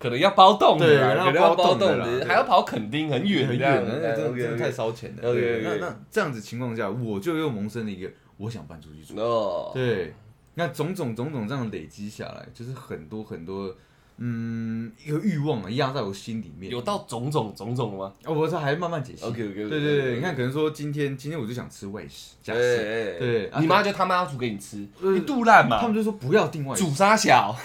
S1: 可能要包栋的啦，
S2: 对
S1: 可能要包
S2: 要包
S1: 栋
S2: 栋的啦
S1: 的，
S2: 对
S1: 还要跑垦丁很远，
S2: 很
S1: 这
S2: 远
S1: 样
S2: 啊，那真的
S1: OK，OK
S2: 真的太烧钱了。
S1: OK，
S2: 对
S1: OK
S2: 那那这样子情况下，我就又萌生了一个我想搬出去住。
S1: 哦，
S2: 对，那种种种种这样累积下来，就是很多很多，嗯，一个欲望啊压在我心里面。
S1: 有到种种种种吗
S2: 哦，我这还慢慢解析。
S1: ？OK OK，
S2: 对对对，你看，可能说今天今天我就想吃外食，假设
S1: 对哎
S2: 对啊
S1: 你妈就他妈要煮给你吃，
S2: 对
S1: 你杜烂
S2: 他
S1: 嘛
S2: 们，就说不要订外 食，
S1: 煮沙小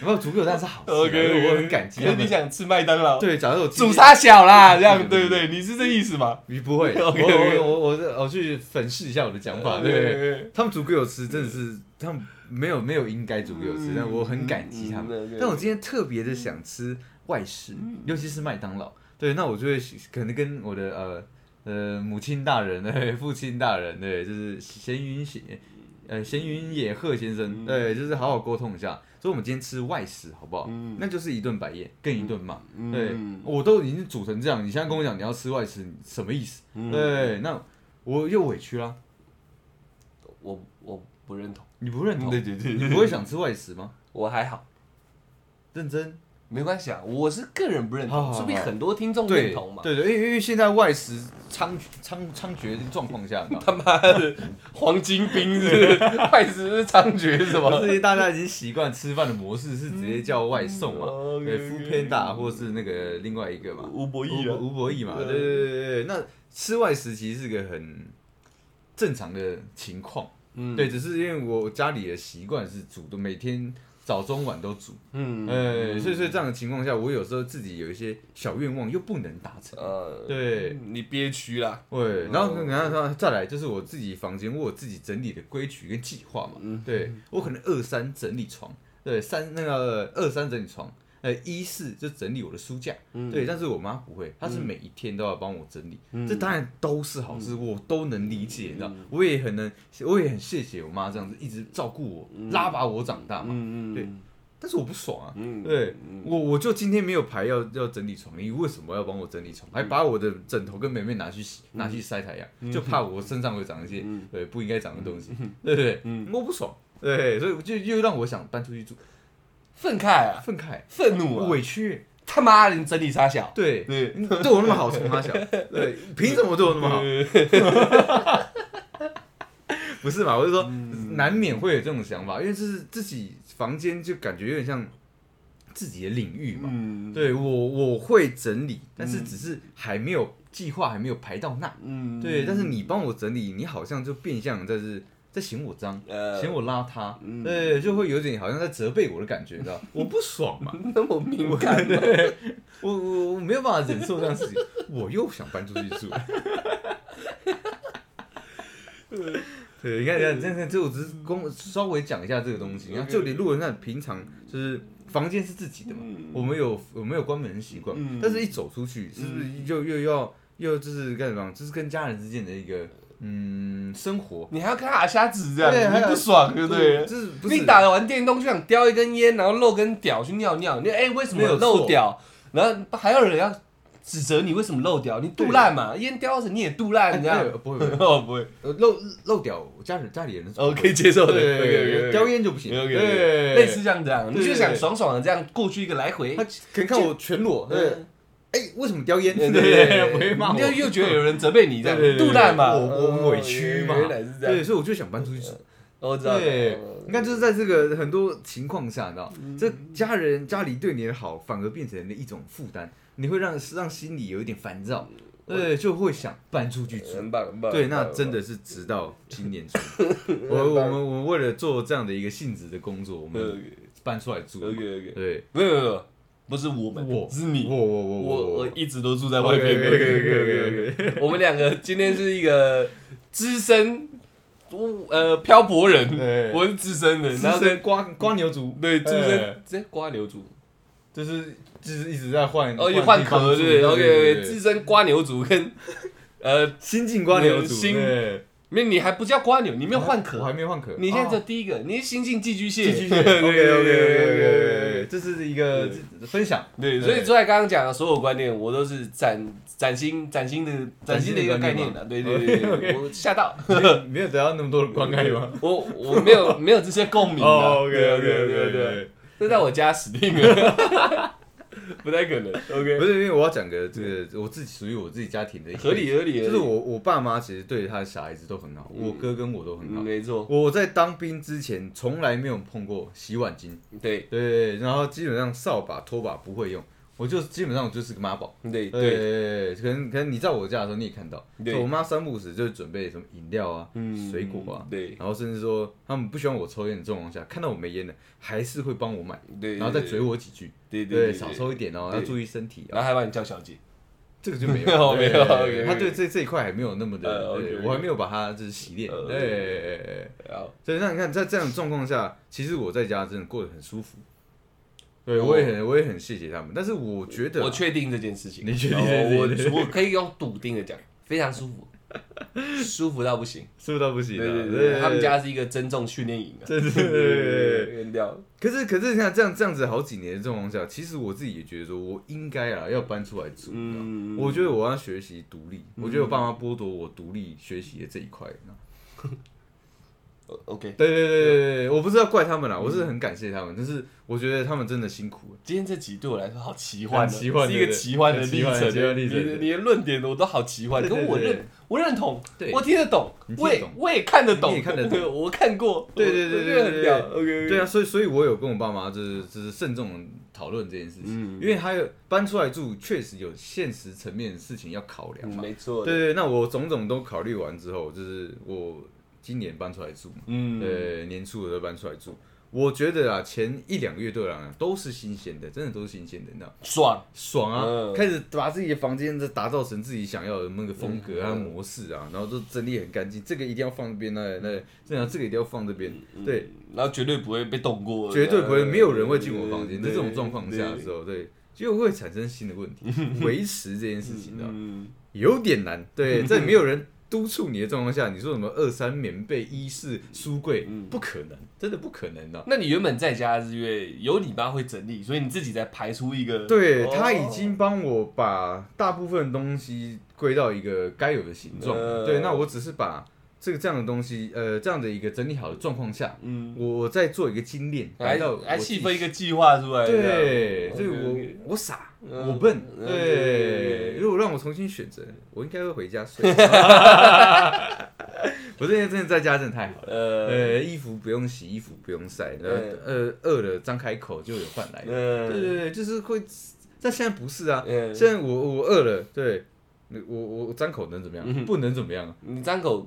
S2: 然后煮给我，但是好吃啊，
S1: OK，OK
S2: 我很感激
S1: 可
S2: 他
S1: 是你
S2: 们。
S1: 想吃麦当劳，
S2: 对，假设我今
S1: 煮
S2: 天
S1: 沙小啦，这样
S2: 嗯
S1: 对不对？你是这意思吗？
S2: 你不会
S1: OK，
S2: 我我我我我我去粉饰一下我的讲法，对不对？
S1: 对，
S2: 他们煮给我吃，真的是他们没有没有应该煮给我吃
S1: 嗯，
S2: 但我很感激他
S1: 嗯嗯
S2: 们
S1: 嗯。
S2: 但我今天特别的想吃外食，尤其是麦当劳。对，那我就会可能跟我的呃呃母亲大人、 对父亲大人，对，就是闲云写。呃，闲云野鹤先
S1: 嗯
S2: 生，对，就是好好沟通一下，说我们今天吃外食好不好？
S1: 嗯
S2: 那就是一顿白宴跟一顿骂，
S1: 嗯
S2: 对
S1: 嗯，
S2: 我都已经煮成这样，你现在跟我讲你要吃外食，你什么意思？
S1: 嗯
S2: 对，那我又委屈啦，
S1: 我我不认同，
S2: 你不认同，
S1: 对对对
S2: 你不会想吃外食吗？
S1: 我还好。
S2: 认真，
S1: 没关系啊，我是个人不认
S2: 好好
S1: 同，
S2: 好
S1: 说不定很多听众认
S2: 对
S1: 同嘛。
S2: 对对，因为因为现在外食猖猖猖獗的状况下，你知道吗
S1: 他妈的，黄金兵是不是快是不是猖獗是 吗？
S2: 这些大家已经习惯吃饭的模式是直接叫外送嘛
S1: 嗯，
S2: 对
S1: OK，OK
S2: f o o Panda 或是那个另外一个嘛，
S1: 吴伯义啊
S2: 吴吴博义嘛，
S1: 对
S2: 对对对对对，那吃外食其实是个很正常的情况，
S1: 嗯
S2: 嗯对，只是因为我家里的习惯是煮的，每天早中晚都煮。
S1: 嗯，
S2: 哎，所以所以这样的情况下，我有时候自己有一些小愿望又不能达成。
S1: 呃，
S2: 对，
S1: 你憋屈啦，
S2: 对，然后然后再来就是我自己房间，我有自己整理的规矩跟计划嘛。对我可能二三整理床，对三那个二三整理床，呃一四就整理我的书架。对，但是我妈不会，她是每一天都要帮我整理，这当然都是好事，我都能理解，你知道，我也很能，我也很谢谢我妈这样子一直照顾我，拉拔我长大嘛。
S1: 嗯
S2: 对但是我不爽啊，
S1: 嗯
S2: 对我我就今天没有排要要整理床，你为什么要帮我整理床？还
S1: 嗯
S2: 把我的枕头跟棉被拿去洗，拿去晒太阳，就怕我身上会长一些
S1: 嗯
S2: 对不应该长的东西， 对不对？我不爽，对，所以就又让我想搬出去住，
S1: 愤慨啊，
S2: 愤慨、
S1: 愤怒啊，
S2: 委屈，
S1: 他妈的，你整理啥小？
S2: 对，
S1: 对
S2: 你对我那么好，从他小， 对，凭什么对我那么好？ 不是嘛？我是说，
S1: 嗯
S2: 难免会有这种想法，因为这是自己房间，就感觉有点像自己的领域嘛。
S1: 嗯，
S2: 对我我会整理，但是只是还没有计划，还没有排到那。
S1: 嗯，
S2: 对，但是你帮我整理，你好像就变相在是在嫌我脏，
S1: 呃
S2: 嫌我邋遢，对，就会有点好像在责备我的感觉，你 知道？我不爽嘛，
S1: 那么敏感吗，
S2: 我我我没有办法忍受这样的事情，我又想搬出去住。 对，你看，你看，真的，这我只是公稍微讲一下这个东西。然后就连如果那平常就是房间是自己的嘛，我们有我们有关门的习惯，
S1: 嗯
S2: 但是一走出去，是不是又又要又就是干什么？就是跟家人之间的一个嗯生活，
S1: 你还要看他瞎指这样，
S2: 对还
S1: 你
S2: 有
S1: 不爽对不对？
S2: 就是不是
S1: 你打完电动就想叼一根烟，然后漏根屌去尿尿，你哎、为什么
S2: 没有
S1: 漏
S2: 错
S1: 屌？然后还有人要指责你为什么漏屌？你肚烂嘛，烟叼着你也肚烂，
S2: 哎
S1: 你这样
S2: 没有不会不会
S1: 哦不会
S2: 呃漏漏掉我家人家里人
S1: 哦可以接受的，
S2: 对
S1: 对，
S2: 叼烟就不行，
S1: OK，OK，OK
S2: 对，
S1: 类似这样这样，你
S2: 对
S1: 就
S2: 对
S1: 想
S2: 对
S1: 爽爽的这样过去一个来回
S2: 他，可能看我全裸，对，哎，为什么叼烟？
S1: 对对
S2: 对，
S1: 对，
S2: 不会骂我
S1: 你，就又觉得有人责备你这
S2: 对对
S1: 样，
S2: 对
S1: 肚烂嘛，
S2: 我我
S1: 哦
S2: 委屈嘛，
S1: 原来是这
S2: 对，
S1: 样，
S2: 所以我就想搬出去住。
S1: 哦我知道，
S2: 对
S1: 哦，
S2: 你看，就是在这个很多情况下，你知道，这家人家里对你的好，反而变成了一种负担，你会让让心里有一点烦躁，对，就会想搬出去住。
S1: 很棒很棒，
S2: 对，
S1: 很棒
S2: 那真。的是直到今年初，我我们我们为了做这样的一个性质的工作，我们
S1: OK
S2: 搬出来住。
S1: OK OK，
S2: 对，
S1: 没有没有没有，不是我们，
S2: 我
S1: 是你，
S2: 我我我
S1: 我
S2: 我
S1: 我一直都住在外
S2: 外
S1: 面。
S2: 面
S1: 我们两个今天是一个资深呃漂泊人，
S2: 对
S1: 我是资深人，然后
S2: 是
S1: 在
S2: 刮刮牛族，
S1: 对资
S2: 哎
S1: 深直接瓜牛族，
S2: 就是就是一直在换，
S1: 哦也换
S2: 地方
S1: 壳
S2: 住
S1: 对
S2: 对
S1: o
S2: 对
S1: k 资深瓜牛族跟呃，
S2: 新晋瓜牛族，
S1: 新
S2: 对
S1: 没你还不叫瓜牛，你没有换
S2: 哦我
S1: 壳
S2: 还，没换壳，
S1: 你现在只有
S2: 哦
S1: 第一个，你是新进寄居蟹，
S2: 寄居蟹
S1: 对
S2: ，OK
S1: 对
S2: OK
S1: 对
S2: OK
S1: 对
S2: OK，这是一个分享，
S1: 对，所以
S2: 对
S1: 出来刚刚讲的所有观念，我都是崭崭新、崭新的、崭新的一个概
S2: 崭新的观念
S1: 念
S2: 吗
S1: 的。对对对对
S2: OK，OK
S1: 我吓到，
S2: 没有得到那么多的观看吗？
S1: 我我没有没有这些共鸣啊。
S2: 哦，OK
S1: 对
S2: OK
S1: 对
S2: OK
S1: 对
S2: OK
S1: 对，。这在我家死定了，不太可能。
S2: 不
S1: OK，
S2: 是因为我要讲个这个我自己属于我自己家庭的一个
S1: 合理合理，
S2: 就是
S1: 合理
S2: 我我爸妈其实对他的小孩子都很好，我哥跟我都很
S1: 嗯
S2: 好。
S1: 没错，
S2: 我在当兵之前从来没有碰过洗碗巾，
S1: 对
S2: 对，然后基本上扫把、拖把不会用，我就基本上我就是个妈宝。
S1: 对对，
S2: 对，可能可能你在我家的时候你也看到，
S1: 对
S2: 所以我妈三不五时就准备什么饮料啊、
S1: 嗯
S2: 水果啊，
S1: 对
S2: 然后甚至说他们不喜欢我抽烟的状况下，看到我没烟了，还是会帮我买，
S1: 对，
S2: 然后再嘴我几句，
S1: 对，对对
S2: 对，
S1: 对，
S2: 少抽一点哦，
S1: 对
S2: 要注意身体啊。
S1: 然后还把你叫小姐。
S2: 这个就没
S1: 没有
S2: 有，对
S1: 没有
S2: 对
S1: OK，OK
S2: 他对这这一块还没有那么
S1: 呃
S2: 的，
S1: ，OK，
S2: 对
S1: OK
S2: 我还没有把它就是洗练
S1: 呃，
S2: 对对，对对
S1: 然后
S2: 所以那你看，在这样的状况下，其实我在家真的过得很舒服。对，
S1: 哦
S2: 我也很我也很谢谢他们，但是我觉得啊
S1: 我确定这件事情，
S2: 你确定
S1: 然后
S2: 这件事情
S1: 我我可以用笃定的讲，非常舒服，舒服到不行。
S2: 舒服到不行啊，
S1: 对对对，他们家是一个增重训练营啊，
S2: 真的
S1: 对
S2: 对
S1: 对
S2: 对
S1: 对，很屌。
S2: 可是可是像这样这样子好几年的状况下，啊其实我自己也觉得说，我应该啊要搬出来住。你知道
S1: 嗯
S2: 我觉得我要学习独立，我觉得我爸妈剥夺我独立学习的这一块。你知道
S1: 嗯呃 OK，
S2: 对对对对对对，我不是要怪他们啊
S1: 嗯
S2: 啦，我是很感谢他们，但是我觉得他们真的辛苦了。
S1: 今天这集对我来说好奇幻哦，
S2: 很奇幻
S1: 是一个
S2: 对对
S1: 奇幻的
S2: 很
S1: 历
S2: 奇幻
S1: 程
S2: 奇
S1: 欸。
S2: 幻历
S1: 你
S2: 程
S1: 的
S2: 对
S1: 你的论点我都好奇幻，
S2: 对
S1: 可
S2: 对
S1: 我
S2: 对对
S1: 认我认同
S2: 对，
S1: 我听得懂
S2: 你，听
S1: 我
S2: 得
S1: 也
S2: 懂
S1: 我也看得懂，
S2: 你也看得懂
S1: 我看过，
S2: 对对对对
S1: 我觉得很
S2: 对对
S1: 屌。
S2: 对
S1: OK，
S2: 对啊，，所以所以我有跟我爸妈就是就是慎重地讨论这件事情，
S1: 嗯
S2: 因为还有搬出来住，确实有现实层面的事情要考量
S1: 嗯
S2: 嘛。
S1: 没错，
S2: 对，对，那我种种都考虑完之后，就是我今年搬出来住嘛。
S1: 嗯，
S2: 对，年初我就搬出来住。我觉得啊，前一两个月对我来讲都是新鲜的，真的都是新鲜的，你知道吗
S1: 爽，
S2: 爽啊！
S1: 嗯
S2: 开始把自己的房间这打造成自己想要的那个风格
S1: 嗯
S2: 啊、模式啊，然后都整理很干净，这个一定要放这边，那那这样这个一定要放这边，对，
S1: 然后绝对不会被动过，
S2: 绝对不会，没有人会进我房间。在
S1: 对
S2: 这种状况下的时，候，对，就会产生新的问题，维持这件事情
S1: 对
S2: 的
S1: 嗯，
S2: 有点难。对，在没有人督促你的状况下，你说什么二三棉被、衣饰、书柜，
S1: 嗯
S2: 不可能，真的不可能的。
S1: 那你原本在家是因为有你妈会整理，所以你自己再排出一个，
S2: 对
S1: 哦
S2: 他已经帮我把大部分东西归到一个该有的形状。
S1: 呃
S2: 对，那我只是把这个这样的东西，呃，这样的一个整理好的状况下，
S1: 嗯，
S2: 我再做一个精炼，
S1: 来
S2: 达到我
S1: 来
S2: 自己
S1: 细分一个计划出来，
S2: 对，
S1: 这
S2: 对
S1: 样
S2: 我
S1: OK，OK
S2: 我傻，
S1: 嗯
S2: 我笨，
S1: 嗯
S2: 对。
S1: 对
S2: 如果让我重新选择，我应该会回家 睡。 我这前真的在家真的太好了，
S1: 呃
S2: 呃，衣服不用洗，衣服不用晒，呃
S1: 嗯
S2: 呃，饿了张开口就有饭来。对
S1: 呃
S2: 对对，就是会，但现在不是啊，
S1: 呃，
S2: 现在我我饿了，对。我我我张口能怎
S1: 嗯
S2: 么样？
S1: 哼
S2: 不能怎 么样。
S1: 你张口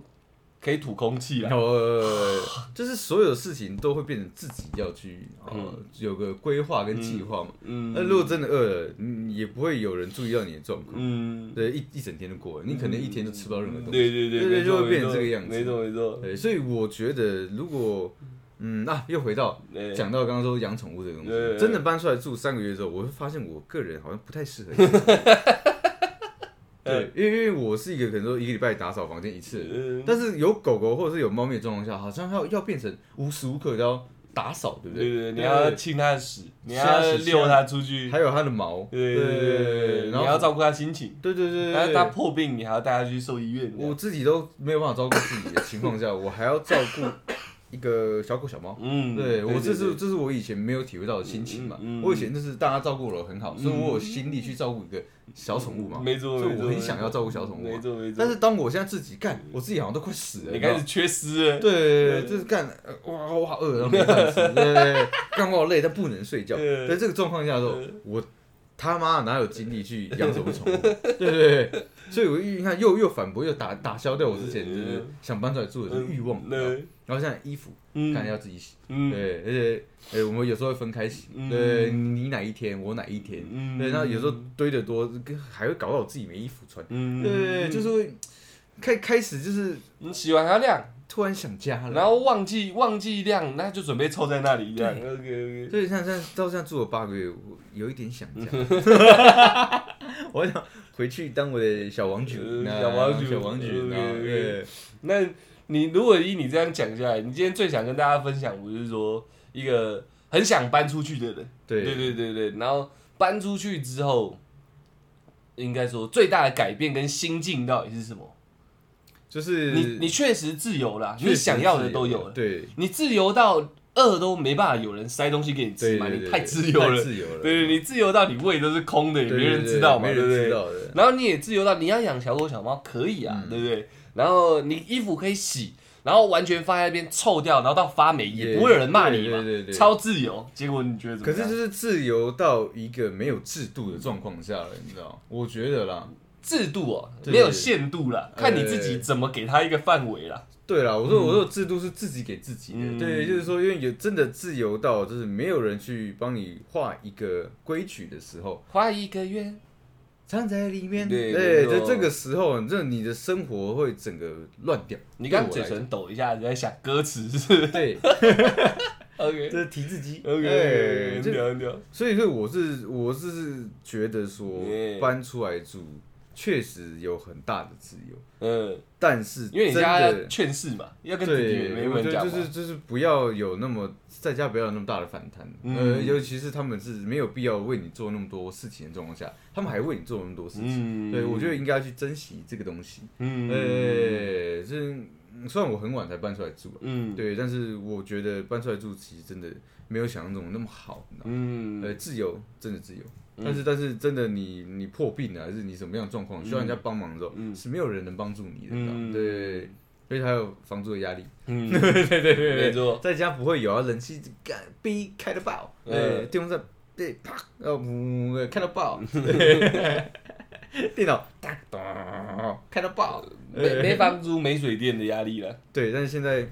S1: 可以吐空气
S2: 然
S1: 啊，
S2: 后呃就是所有事情都会变成自己要去，呃
S1: 嗯
S2: 有个规划跟计划嘛。
S1: 嗯
S2: 那如果真的饿了，你也不会有人注意到你的状况。
S1: 嗯，
S2: 对，一一整天就过了，你可能一天就吃不到任何东西。
S1: 对对
S2: 对对
S1: 没
S2: 就
S1: 错
S2: 会变成
S1: 没错
S2: 这个样子
S1: 没错没错，
S2: 对，所以我觉得如果，嗯，啊，又回到
S1: 呃
S2: 讲到刚刚说养宠物这个东
S1: 对
S2: 西，真的搬出来住三个月之后，我会发现我个人好像不太适合养 宠物。对，因为因为我是一个可能说一个礼拜打扫房间一次的人，
S1: 呃
S2: 但是有狗狗或者是有猫咪的状况下，好像要要变成无时无刻都要打扫，对不
S1: 对
S2: 对？
S1: 对，你要亲它的屎，你要遛它出去，
S2: 还有它的毛，
S1: 对对对对对，你
S2: 然后
S1: 要照顾它心情，
S2: 对对对，
S1: 它
S2: 对
S1: 它破病，你还要带它去兽医院。
S2: 我自己都没有办法照顾自己的情况下，我还要照顾一个小狗小猫。
S1: 嗯，
S2: 对我这是
S1: 对
S2: 这是我以前没有体会到的心情嘛
S1: 嗯嗯嗯。
S2: 我以前就是大家照顾我很好，所以我有心力去照顾一个小宠物嘛。
S1: 没错
S2: 所以
S1: 没错
S2: 我很想要照顾小宠物
S1: 没
S2: 嘛。
S1: 错没错，
S2: 但是当我现在自己干，我自己好像都快死了。
S1: 你
S2: 知道
S1: 开
S2: 吗
S1: 始缺失了，
S2: 对，就是干，呃哇，我好饿，然后没饭吃，对，干我好累，但不能睡觉。
S1: 对
S2: 在这个状况下的时候，我他妈哪有精力去养什么宠物？对对对，所以我一看又又反驳，又打打消掉我之前就是想搬出来住的这个欲望。
S1: 嗯对，
S2: 然后现在衣服，
S1: 嗯
S2: 看要自己洗，
S1: 嗯
S2: 对，而且呃，我们有时候会分开洗，
S1: 嗯
S2: 对你哪一天，我哪一天，
S1: 嗯
S2: 对，然后有时候堆得多，还会搞到我自己没衣服穿，
S1: 嗯，
S2: 对，就是会开开始就是
S1: 你洗完它晾，
S2: 突然想家了
S1: 然。后忘记忘记晾，那就准备凑在那里这样。OK OK，
S2: 所以像像到现在住了八个月，我有一点想家， 我想回去当我的小王子，
S1: 呃
S2: 那
S1: 小王子嗯
S2: 小王子，
S1: OK，
S2: 那
S1: OK
S2: 对
S1: 那你如果以你这样讲下来，你今天最想跟大家分享，不是说一个很想搬出去的人，对
S2: 对
S1: 对对对，然后搬出去之后，应该说最大的改变跟心境到底是什么？
S2: 就是
S1: 你你确实自由啦，
S2: 确实
S1: 你想要的
S2: 自由
S1: 都有了，
S2: 对，
S1: 你自由到饿都没办法有人塞东西给你吃
S2: 对
S1: 嘛，
S2: 对
S1: 你
S2: 对
S1: 太
S2: 对
S1: 自由了
S2: 太，自由了，
S1: 对对，你自由到你胃都是空的，也
S2: 对，
S1: 没
S2: 对
S1: 人
S2: 对
S1: 知道嘛，
S2: 没
S1: 对不
S2: 人知
S1: 对？
S2: 道的，
S1: 然后你也自由到你要养小狗小猫可以啊，
S2: 嗯
S1: 对不对？然后你衣服可以洗，然后完全放在那边臭掉，然后到发霉也不会有人骂你嘛，
S2: 对对对对
S1: 超自由。结果你觉得怎么
S2: 可
S1: 样？
S2: 是就是自由到一个没有制度的状况下了，你知道？我觉得啦，
S1: 制度哦，
S2: 对
S1: 没有限度啦，
S2: 呃
S1: 看你自己怎么给他一个范围啦。
S2: 对啦，我说我说制度是自己给自己的，
S1: 嗯
S2: 对，就是说因为有真的自由到就是没有人去帮你画一个规矩的时候，
S1: 花一个月，
S2: 藏在里面。
S1: 对没
S2: 对，
S1: 错
S2: 在这个时候，这你的生活会整个乱掉。
S1: 你刚
S2: 对
S1: 嘴
S2: 我来
S1: 唇抖一下，你在想歌词是
S2: 讲对，
S1: OK
S2: 这是提字机。
S1: OK，
S2: 哎
S1: 很
S2: 这
S1: 屌很屌，
S2: 所以说我是我是觉得说
S1: Yeah
S2: 搬出来住确实有很大的自由，
S1: 嗯，
S2: 但是
S1: 因为你
S2: 真
S1: 家
S2: 的
S1: 劝世嘛，要跟弟弟妹
S2: 对，
S1: 妹
S2: 我觉
S1: 们
S2: 得
S1: 讲
S2: 就
S1: 嘛
S2: 是，就是不要有那么在家不要有那么大的反弹，
S1: 嗯
S2: 呃，尤其是他们是没有必要为你做那么多事情的状况下，他们还为你做那么多事情，
S1: 嗯
S2: 对我觉得哎应该去珍惜这个东西。
S1: 嗯
S2: 呃，就是嗯虽然我很晚才搬出来住啊，
S1: 嗯
S2: 对，但是我觉得搬出来住其实真的没有想象中那么好，你知道吗
S1: 嗯
S2: 呃，自由真的自由。但是但是真的你你破病了、还是你什么样的状况需要人家帮忙的时候，是没有人能帮助你的，你知道吗
S1: 嗯
S2: 对，而且还有房租的压力，
S1: 嗯，
S2: 对对对对，
S1: 没错，
S2: 在家不会有啊，冷气干逼开的爆，
S1: 嗯
S2: 对，电风扇对啪，呃，呜开到 爆，对电脑哒咚开到爆，
S1: 呃
S2: 呃
S1: 没没房租没水电的压力了。
S2: 对，但是现在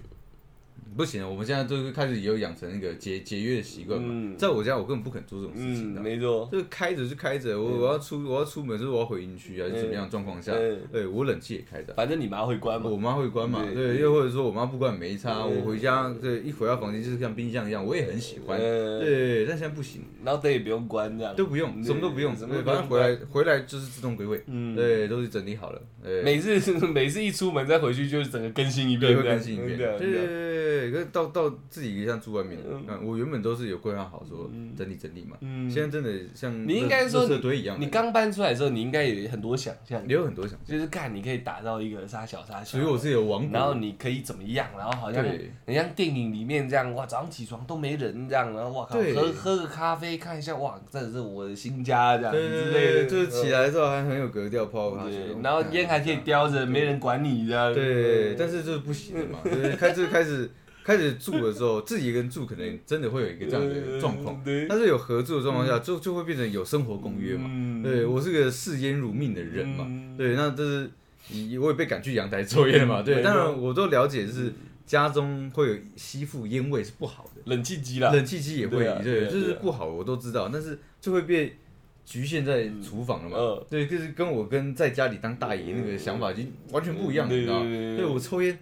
S2: 不行，我们现在就是开始也有养成那个节节约的习惯嘛。
S1: 嗯
S2: 在我家，我根本不肯做这种事情
S1: 嗯，
S2: 的、
S1: 没嗯错，
S2: 就是开着就开着，我我要出我要出门，就是我要回营区啊，还是怎么样的状况下，
S1: 嗯
S2: 对我冷气也开着啊，
S1: 反正你妈会关嘛。
S2: 我妈会关嘛，
S1: 对
S2: 对，又或者说我妈不关没差，
S1: 嗯
S2: 我回家对一回到房间就是像冰箱一样，我也很喜欢，
S1: 嗯
S2: 对，但现在不行，
S1: 然后灯也不用关，这样
S2: 都不用，
S1: 对
S2: 什么都不用，
S1: 什么都
S2: 对，
S1: 不
S2: 反
S1: 用
S2: 正回来回来就是自动归位，
S1: 嗯
S2: 对，都是整理好了，对，
S1: 每次每次一出门再回去，就是整个更新一遍
S2: 对，
S1: 这
S2: 会
S1: 样，
S2: 更新一遍，
S1: 对啊
S2: 对对
S1: 对啊
S2: 对对，可是到到自己像住外面
S1: 嗯，
S2: 嗯，我原本都是有规划好说整理整理嘛，
S1: 嗯
S2: 现在真的像
S1: 你应该说
S2: 垃圾堆一样，
S1: 你刚搬出来的时候，你应该有很多想象，
S2: 也有很多想法，
S1: 就是干你可以打造一个沙小沙小
S2: 属于，我自己的王
S1: 然后
S2: 国，
S1: 你可以怎么样，然后好像
S2: 对
S1: 很像电影里面这样，哇，早上起床都没人这样，然后哇靠，
S2: 对
S1: 喝喝个咖啡看一下，哇，这是我的新家这样
S2: 对对
S1: 之
S2: 对
S1: 类
S2: 对，
S1: 的，
S2: 就是起来之后还很有格调，泡泡
S1: 嗯
S2: 茶水
S1: 对，然后烟还可以
S2: 啊
S1: 叼着，没人管你这样，
S2: 对，但
S1: 是
S2: 是就是不行的嘛，对，开始开始开始住的时候，自己一个人住可能真的会有一个这样的状况，
S1: 对，
S2: 但是有合住的状况下，就就会变成有生活公约嘛。
S1: 嗯
S2: 对我是个视烟如命的人嘛
S1: 嗯，
S2: 对，那这是以我也被赶去阳台抽烟了嘛，对，
S1: 嗯没错
S2: 当然我都了解是家中会有吸附烟味是不好的，
S1: 冷气机啦，
S2: 冷气机也会
S1: 对啊，对
S2: 对，
S1: 啊
S2: 就是
S1: 对啊
S2: 不好我都知道，但是就会被局限在厨房了嘛。
S1: 嗯
S2: 对，就是跟我跟在家里当大爷那个想法已经完全不一样了，
S1: 嗯
S2: 你知道吗？
S1: 对对对对
S2: 对我抽烟，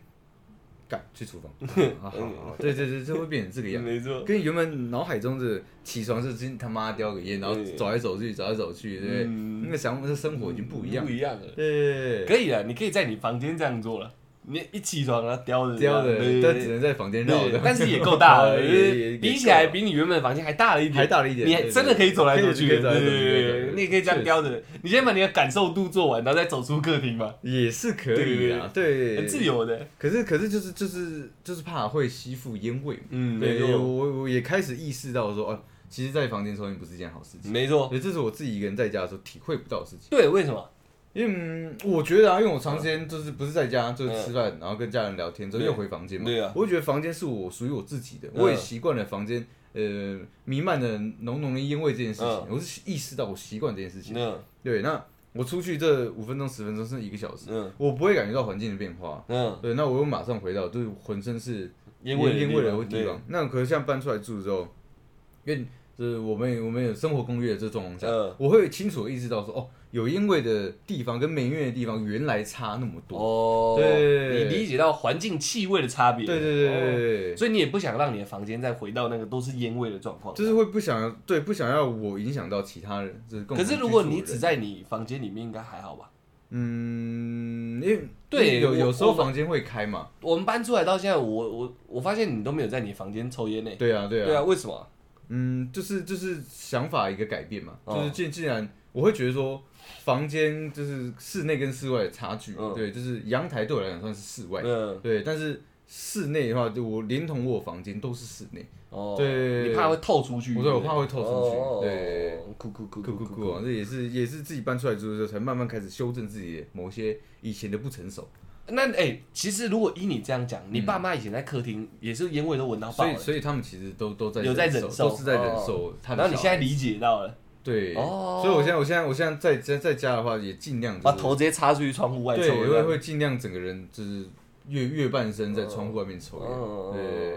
S2: 干去厨房， 好好好，对对对，就会变成这个样。
S1: 没错，
S2: 跟原本脑海中的起床是今天他妈叼个烟，然后
S1: 对
S2: 走来走去，走来走去，对不对？
S1: 嗯
S2: 那个想法、的生活已经不一样
S1: 不。一样了。
S2: 对，
S1: 可以啊，你可以在你房间这样做了。你一起床然后叼着这样，
S2: 叼的
S1: 对，
S2: 但
S1: 对
S2: 只
S1: 对
S2: 能在房间绕
S1: 对
S2: 的，，
S1: 但是也够大 了，
S2: 也
S1: 因
S2: 也也
S1: 为
S2: 也
S1: 比起
S2: 够
S1: 来
S2: 了
S1: 比你原本房间还大了一点，
S2: 还大了一点，
S1: 你
S2: 对
S1: 还
S2: 对
S1: 真的可以走来走去，
S2: 可
S1: 对
S2: 以走来
S1: 对
S2: 走去
S1: 对
S2: 对对
S1: 对
S2: 对
S1: 对，你也可以这样叼着，你先把你的感受度做完，然后再走出客厅嘛，
S2: 也是可以的，对，
S1: 很自由的，
S2: 可是可是就是就是就是怕会吸附烟味嘛。
S1: 嗯，没
S2: 对，我
S1: 错，
S2: 我我也开始意识到说，哦、其实，在房间抽烟不是一件好事情。
S1: 没错，
S2: 对，这是我自己一个人在家的时候体会不到的事情。
S1: 对，为什么？
S2: 因为、嗯我觉得啊，因为我长时间就是不是在家，就是吃饭，然后跟家人聊天，之后
S1: 嗯对
S2: 又回房间嘛。
S1: 对啊
S2: 我会觉得房间是我属于我自己的，
S1: 嗯
S2: 我也习惯了房间呃弥漫的浓浓的烟味这件事情，
S1: 嗯
S2: 我是意识到我习惯这件事情。
S1: 嗯
S2: 对，那我出去这五分钟、十分钟甚至一个小时，
S1: 嗯
S2: 我不会感觉到环境的变化。
S1: 嗯，
S2: 对，那我又马上回到，就是浑身是
S1: 烟味的
S2: 烟味的
S1: 地
S2: 地
S1: 方
S2: 方。那可是像搬出来住之后，因为就是我们我们有生活公寓的这状况下，
S1: 嗯
S2: 我会清楚地意识到说，哦，有烟味的地方跟没烟味的地方原来差那么多。
S1: 哦，
S2: 对
S1: 你理解到环境气味的差别，
S2: 对对对对
S1: 哦
S2: 对对，
S1: 所以你也不想让你的房间再回到那个都是烟味的状况。
S2: 就是会不想要对不想要我影响到其他人，就是共
S1: 可
S2: 同
S1: 是如果
S2: 居住的
S1: 你
S2: 人
S1: 只在你房间里面，应该还好吧？
S2: 嗯，因为
S1: 对
S2: 有
S1: 我
S2: 有时候
S1: 我们
S2: 房间会开嘛，
S1: 我们搬出来到现在，我我我发现你都没有在你房间抽烟呢。
S2: 对啊对啊，
S1: 对啊，为什么？
S2: 嗯，就是就是想法一个改变嘛，
S1: 哦
S2: 就是既既然我会觉得说，房间就是室内跟室外的差距，
S1: 嗯
S2: 对，就是阳台对我来讲算是室外，
S1: 嗯，
S2: 对，但是室内的话，就我连同我房间都是室内，
S1: 哦，
S2: 对
S1: 你怕会透出去。
S2: 我
S1: 对不
S2: 说我
S1: 对
S2: 怕会透出去，
S1: 哦
S2: 对，，
S1: 酷酷酷
S2: 酷酷酷啊，这也是也是自己搬出来住的时候，才慢慢开始修正自己的某些以前的不成熟，
S1: 那哎，其实如果依你这样讲，你爸妈以前在客厅也是烟味都闻到啊爆
S2: 嗯所以
S1: 了，
S2: 所以他们其实都都在
S1: 有在
S2: 忍
S1: 忍受
S2: 都是在忍
S1: 哦
S2: 受他
S1: 然后
S2: 的小孩。
S1: 你现在理解到了，
S2: 对，
S1: 哦啊
S2: 所以我现在我现在我现在在在在家的话，也尽量就是
S1: 把头直接插出去窗户外抽
S2: 嗯对，
S1: 这样。
S2: 会会尽量整个人就是越越半身在窗户外面抽烟，
S1: 嗯
S2: 对，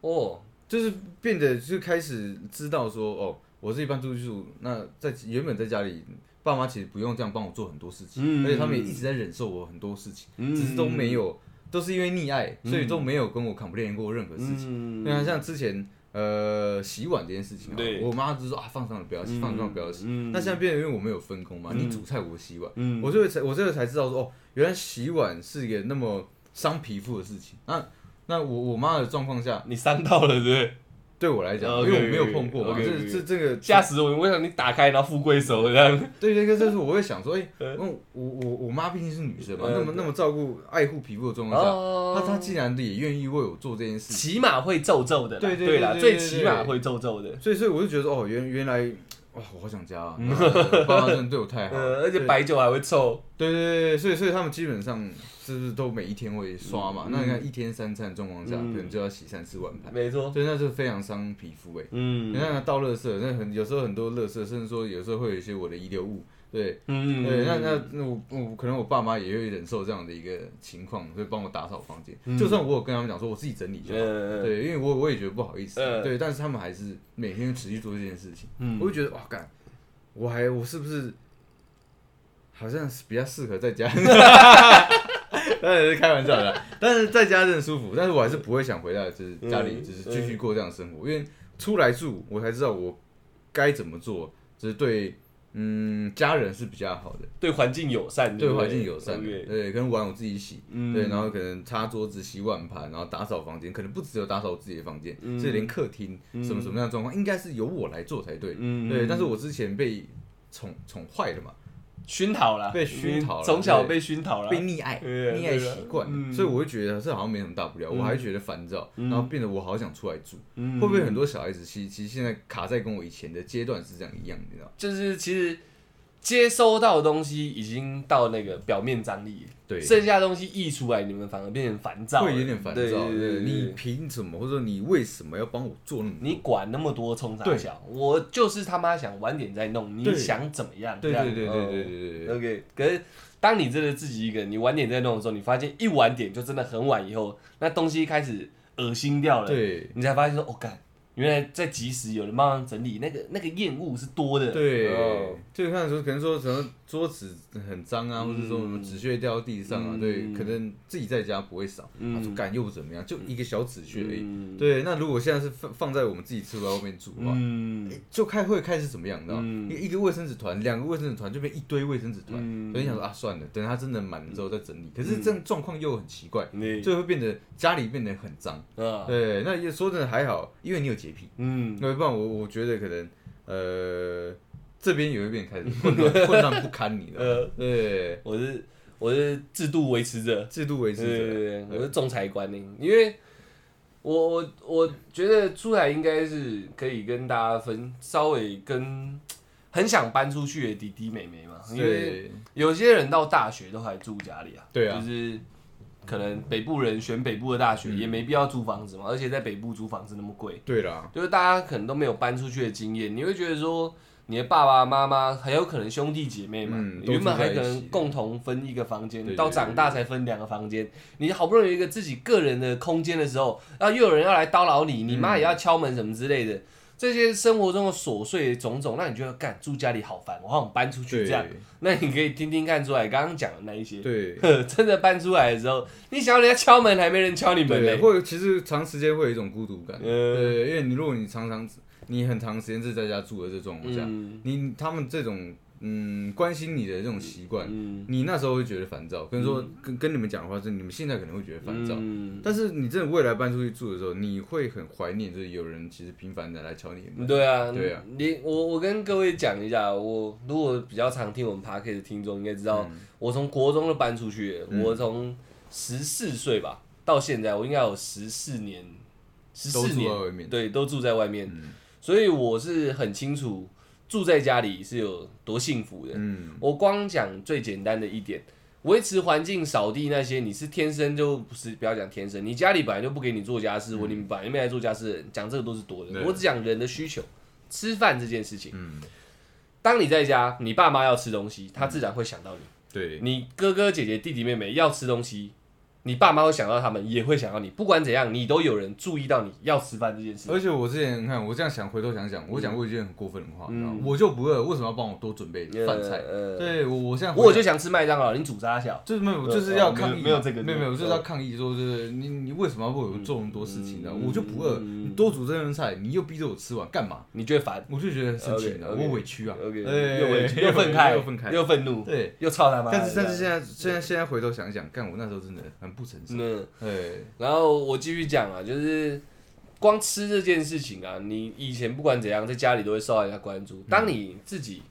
S1: 哦，
S2: 就是变得就开始知道说哦，我是一般出去住，那在原本在家里，爸妈其实不用这样帮我做很多事情，
S1: 嗯
S2: 而且他们也一直在忍受我很多事情，
S1: 嗯
S2: 只是都没有，都是因为溺爱，所以都没有跟我 complain 过任何事情。
S1: 嗯
S2: 对啊，像之前呃洗碗这件事情啊
S1: 对，
S2: 我妈就说啊放上了不要洗，放上了不要洗。
S1: 嗯
S2: 那现在变得因为我们有分工嘛，
S1: 嗯
S2: 你煮菜我洗碗，
S1: 嗯
S2: 我就会才我这个才知道说哦，原来洗碗是一个那么伤皮肤的事情。那那我我妈的状况下，
S1: 你伤到了，对不对？
S2: 对我来讲，因
S1: OK，
S2: 为我没有碰过嘛，
S1: OK，OK，OK
S2: 这这这个
S1: 吓死我！我想你打开，然后富贵手这样。
S2: 对对对，这是我会想说，哎、
S1: 嗯
S2: 那我我我妈毕竟是女生嘛，
S1: 嗯哦
S2: 那么那么照顾爱护皮肤的状况下，她她竟然也愿意为我做这件事情，
S1: 起码会皱皱的啦，
S2: 对对
S1: 对啦，
S2: 对对
S1: 最
S2: 对
S1: 起码会皱皱的。
S2: 所以所以我就觉得说，哦，原原来哇，我好想家啊，我爸妈真的对我太好了，
S1: 嗯 呃，而且
S2: 对
S1: 白酒还会臭，
S2: 对对对，所以所以他们基本上就是都每一天会刷嘛，
S1: 嗯
S2: 那你看一天三餐的状况下，
S1: 嗯
S2: 可能就要洗三四碗盘。
S1: 没错。
S2: 哦所以那是非常伤皮肤诶。你
S1: 嗯，
S2: 欸看它倒垃圾，那很有时候很多垃圾，甚至说有时候会有一些我的遗留物，对，
S1: 嗯
S2: 对，那那那我我可能我爸妈也会忍受这样的一个情况，会帮我打扫房间。就算我有跟他们讲说我自己整理就好，
S1: 嗯嗯嗯
S2: 对，因为我我也觉得不好意思，
S1: 嗯
S2: 对，但是他们还是每天持续做这件事情，
S1: 嗯
S2: 我就觉得哇，干，我还我是不是好像是比较适合在家？ 当然是开玩笑的啦，但是在家真的舒服，但是我还是不会想回到就是家里，
S1: 嗯
S2: 就是继续过这样的生活，因为出来住我才知道我该怎么做，就是对嗯家人是比较好的。
S1: 对环境友善，
S2: 对
S1: 不
S2: 环境友善的，
S1: OK
S2: 对，可能碗我自己洗，
S1: 嗯
S2: 对，然后可能擦桌子、洗碗盘，然后打扫房间，可能不只有打扫我自己的房间，
S1: 嗯
S2: 是连客厅
S1: 嗯
S2: 什么什么样的状况，应该是由我来做才对，
S1: 嗯
S2: 对。但是我之前被宠宠坏了嘛，
S1: 熏陶啦，
S2: 被熏陶
S1: 嗯
S2: 啦
S1: 从小
S2: 对
S1: 被熏陶啦，
S2: 被溺爱，
S1: 对啊
S2: 溺爱
S1: 对啊
S2: 习惯，
S1: 嗯
S2: 所以我会觉得这好像没什么大不了，我还觉得烦躁，然后变得我好想出来住，
S1: 会
S2: 嗯会不会很多小孩子其其实现在卡在跟我以前的阶段是这样一样，你知道吗？
S1: 就是其实接收到的东西已经到那个表面张力了，
S2: 对，
S1: 剩下的东西溢出来，你们反而变成烦躁了，
S2: 会有点烦躁，
S1: 对对
S2: 对
S1: 对
S2: 你
S1: 对
S2: 凭什么，或者说你为什么要帮我做那么多？
S1: 你管那么多冲啥
S2: 对
S1: 小？我就是他妈想晚点再弄，你
S2: 对
S1: 想怎么样？
S2: 对
S1: 这样
S2: 对对对对。
S1: 嗯
S2: 对对对，
S1: OK，可是当你真的自己一个人，你晚点再弄的时候，你发现一晚点就真的很晚，以后那东西开始恶心掉了，
S2: 对
S1: 你才发现说，哦，干，原来在即时有人帮忙整理，那个那个厌恶是多的。
S2: 对
S1: 哦，
S2: 就看说可能说什么桌子很脏啊，或者说什么
S1: 嗯
S2: 纸屑掉地上啊，
S1: 嗯
S2: 对，可能自己在家不会扫，
S1: 嗯
S2: 他说干又不怎么样，就一个小纸屑而已。
S1: 嗯
S2: 对，那如果现在是放放在我们自己出来外面住的话，
S1: 嗯
S2: 就开会开始怎么样，你知道吗？
S1: 嗯
S2: 一一个卫生纸团，两个卫生纸团就变一堆卫生纸团，
S1: 嗯
S2: 所以你想说啊，算了，等它真的满了之后再整理。可是这样状况又很奇怪，
S1: 你
S2: 就会变得家里变得很脏。
S1: 啊，
S2: 对，那也说真的还好，因为你有洁癖。
S1: 嗯，
S2: 那不然我我觉得可能呃这边也会变 开始混乱混乱不堪，你的
S1: 呃
S2: 对
S1: 我是我是制度维持者，
S2: 制度维
S1: 对
S2: 持
S1: 对对
S2: 者，
S1: 对，我是仲裁官呢，因为我我我觉得出来应该是可以跟大家分稍微跟很想搬出去的弟弟妹妹嘛，因为
S2: 对
S1: 有些人到大学都还住家里啊，
S2: 对啊
S1: 就是可能北部人选北部的大学也没必要租房子嘛，而且在北部租房子那么贵，
S2: 对啦，
S1: 就是大家可能都没有搬出去的经验，你会觉得说你的爸爸妈妈还有可能兄弟姐妹嘛，
S2: 嗯
S1: 原本还可
S2: 都住在一
S1: 能
S2: 起
S1: 共同分一个房间，
S2: 对对
S1: 到长大才分两个房间，你好不容易有一个自己个人的空间的时候，然后又有人要来叨扰
S2: 嗯
S1: 你，你妈也要敲门什么之类的。这些生活中的琐碎种种，让你觉得干住家里好烦，我好想搬出去
S2: 对
S1: 这样。那你可以听听看出来，刚刚讲的那一些，
S2: 对。
S1: 呵 真的搬出来的时候，你想要人家敲门，还没人敲你门
S2: 对，
S1: 嘞。
S2: 或者其实长时间会有一种孤独感，
S1: 嗯
S2: 对，因为你如果你常常你很长时间是在家住的这状况下，
S1: 嗯
S2: 你他们这种嗯关心你的这种习惯，
S1: 嗯，
S2: 你那时候会觉得烦躁，跟说跟跟你们讲的话是你们现在可能会觉得烦躁，
S1: 嗯
S2: 但是你真的未来搬出去住的时候，你会很怀念，就是有人其实频繁的来敲你的门。
S1: 对啊，
S2: 对啊
S1: 你我我跟各位讲一下，我如果比较常听我们 p a r k 的听众应该知道，
S2: 嗯
S1: 我从国中就搬出去了，我从十四岁吧到现在，我应该有十四年，十
S2: 都
S1: 四
S2: 住
S1: 年
S2: 在外面
S1: 对，都住在外面，
S2: 嗯
S1: 所以我是很清楚住在家里是有多幸福的。
S2: 嗯，
S1: 我光讲最简单的一点，维持环境、扫地那些，你是天生就不是，不要讲天生，你家里本来就不给你做家事，我你们本来没来做家事的人，讲这个都是多的。
S2: 对
S1: 我只讲人的需求，吃饭这件事情。当你在家，你爸妈要吃东西，他自然会想到你；
S2: 对，
S1: 你哥哥姐姐、弟弟妹妹要吃东西，你爸妈会想到他们，也会想到你。不管怎样，你都有人注意到你要吃饭这件事。
S2: 而且我之前你看，我这样想，回头想想，我讲过一件很过分的话，
S1: 嗯
S2: 你知道吗我就不饿，为什么要帮我多准备饭菜？
S1: 呃，呃
S2: 对我，我现在回
S1: 我就想吃麦当劳，你煮啥小？
S2: 就是没有，
S1: 呃
S2: 就是要
S1: 呃
S2: 抗
S1: 没
S2: 议，啊
S1: 有没有这个
S2: 没有没有，
S1: 没
S2: 我
S1: 有
S2: 就是要抗议说，就是你你为什么要为我做那么多事情呢？
S1: 嗯
S2: 我就不饿，
S1: 嗯
S2: 你多煮这份菜，你又逼着我吃完，干嘛？
S1: 你就会烦。
S2: 我就觉得很生气了，
S1: OK，OK
S2: 我委屈啊，
S1: OK，
S2: 对
S1: 又委屈哎又愤慨，
S2: 又愤慨，
S1: 又愤怒，
S2: 对。
S1: 又操他妈的。
S2: 但是但是
S1: 这
S2: 现
S1: 样
S2: 在现在现在回头想一想，干我那时候真的很不成熟。
S1: 嗯，
S2: 对，
S1: 然后我继续讲啊，就是光吃这件事情啊，你以前不管怎样，在家里都会受到人家关注。当你自己，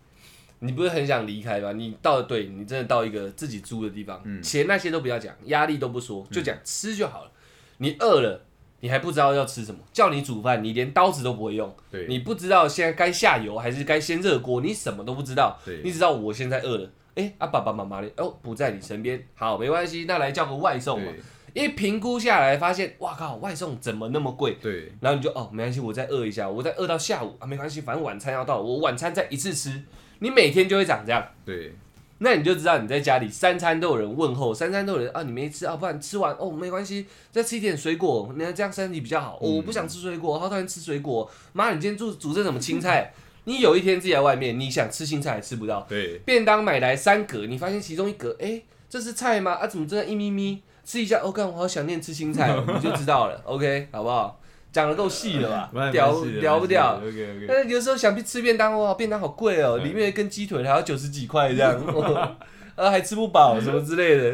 S1: 你不是很想离开吗？你到对你真的到一个自己租的地方，钱那些都不要讲，压力都不说，就讲吃就好了。你饿了。你还不知道要吃什么，叫你煮饭，你连刀子都不会用，
S2: 对
S1: 你不知道现在该下油还是该先热锅，你什么都不知道，
S2: 对
S1: 你只知道我现在饿了，哎、啊爸爸妈妈嘞，哦不在你身边，好没关系，那来叫个外送嘛，
S2: 对
S1: 一评估下来，发现哇靠，外送怎么那么贵？
S2: 对
S1: 然后你就哦，没关系，我再饿一下，我再饿到下午啊，没关系，反正晚餐要到了，我晚餐再一次吃。你每天就会长这样，
S2: 对，
S1: 那你就知道你在家里三餐都有人问候，三餐都有人啊，你没吃啊，不然吃完哦没关系，再吃一点水果，你看这样身体比较好。哦，我不想吃水果，好讨厌吃水果。妈，你今天煮煮这什么青菜？你有一天自己在外面，你想吃青菜也吃不到，
S2: 对，
S1: 便当买来三格，你发现其中一格，哎、这是菜吗？啊，怎么这样一咪咪？吃一下，哦，干，我好想念吃青菜哦，你就知道了，OK，好不好？讲的够细了
S2: 嗯
S1: 吧？屌屌不屌？
S2: ？OK OK，
S1: 但是有时候想去吃便当哇，便当好贵哦，
S2: 嗯
S1: 里面一根鸡腿还要九十几块这样，哦啊还吃不饱什么之类的，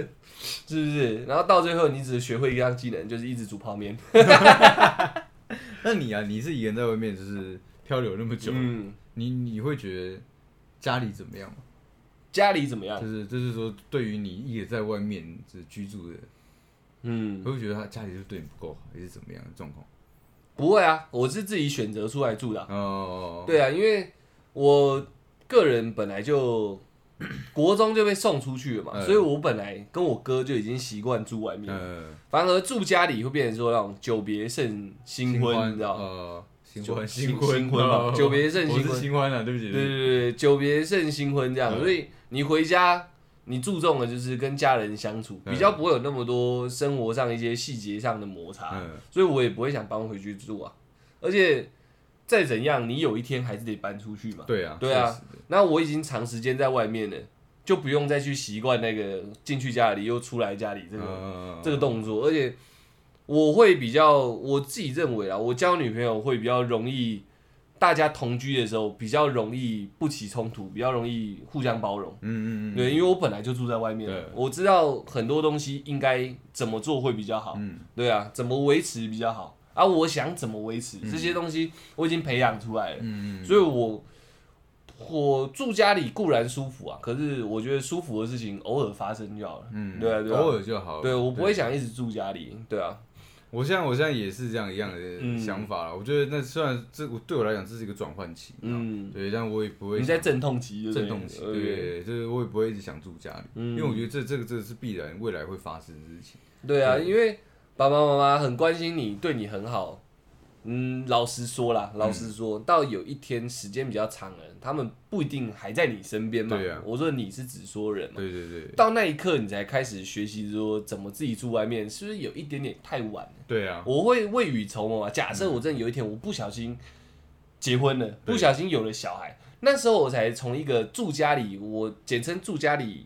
S1: 是不是？然后到最后你只学会一样技能，就是一直煮泡面。
S2: 那你啊，你是一个人在外面就是漂流那么久，
S1: 嗯，
S2: 你你会觉得家里怎么样吗？
S1: 家里怎么样
S2: 就？是就是说，对于你一直在外面就是居住的，
S1: 嗯
S2: 会，不会觉得他家里就对你不够好，还是怎么样的状况？
S1: 不会啊，我是自己选择出来住的啊、
S2: 哦，
S1: 对啊，因为我个人本来就国中就被送出去了嘛，
S2: 嗯
S1: 所以我本来跟我哥就已经习惯住外面，
S2: 呃，
S1: 反而住家里会变成说那种久别胜新婚，你知道吗？
S2: 呃，新
S1: 就
S2: 婚
S1: 新
S2: 婚
S1: 新婚嘛
S2: 哦
S1: 久别胜
S2: 我
S1: 新
S2: 是
S1: 婚
S2: 新婚啊，对
S1: 对
S2: 不起，
S1: 对对，对久别胜新婚这样，
S2: 嗯
S1: 所以你回家。你注重的就是跟家人相处，
S2: 嗯
S1: 比较不会有那么多生活上一些细节上的摩擦，
S2: 嗯，
S1: 所以我也不会想搬回去住啊。而且再怎样，你有一天还是得搬出去嘛。
S2: 对啊，
S1: 对啊
S2: 确实的，
S1: 那我已经长时间在外面了，就不用再去习惯那个进去家里又出来家里这个、
S2: 呃
S1: 这个动作，而且我会比较我自己认为啊，我交女朋友会比较容易，大家同居的时候比较容易不起冲突，比较容易互相包容。
S2: 嗯嗯嗯，
S1: 对，因为我本来就住在外面了
S2: 对，
S1: 我知道很多东西应该怎么做会比较好。
S2: 嗯
S1: 对啊，怎么维持比较好啊？我想怎么维持这些东西，我已经培养出来了。
S2: 嗯嗯，
S1: 所以我我住家里固然舒服啊，可是我觉得舒服的事情偶尔发生就好了。
S2: 嗯，
S1: 对啊对啊
S2: 偶尔就好了。
S1: 对我不会想一直住家里，对啊，
S2: 我现在我现在也是这样一样
S1: 嗯
S2: 的想法了。我觉得那虽然这我对我来讲这是一个转换期，
S1: 嗯，
S2: 对，但我也不会
S1: 你在阵痛期就对
S2: 震
S1: 了，
S2: 动期，
S1: 对
S2: 对，就是我也不会一直想住家里，
S1: 嗯
S2: 因为我觉得这这个这个是必然未来会发生的事情。
S1: 对啊，因为爸爸妈妈很关心你，对你很好。嗯，老实说啦，老
S2: 嗯
S1: 实说，到有一天时间比较长了，他们不一定还在你身边嘛。
S2: 对啊
S1: 我说你是指说人嘛，
S2: 对对对，
S1: 到那一刻你才开始学习说怎么自己住外面，是不是有一点点太晚了？
S2: 对啊，
S1: 我会未雨绸缪啊。假设
S2: 嗯
S1: 我真的有一天我不小心结婚了，不小心有了小孩，那时候我才从一个住家里，我简称住家里，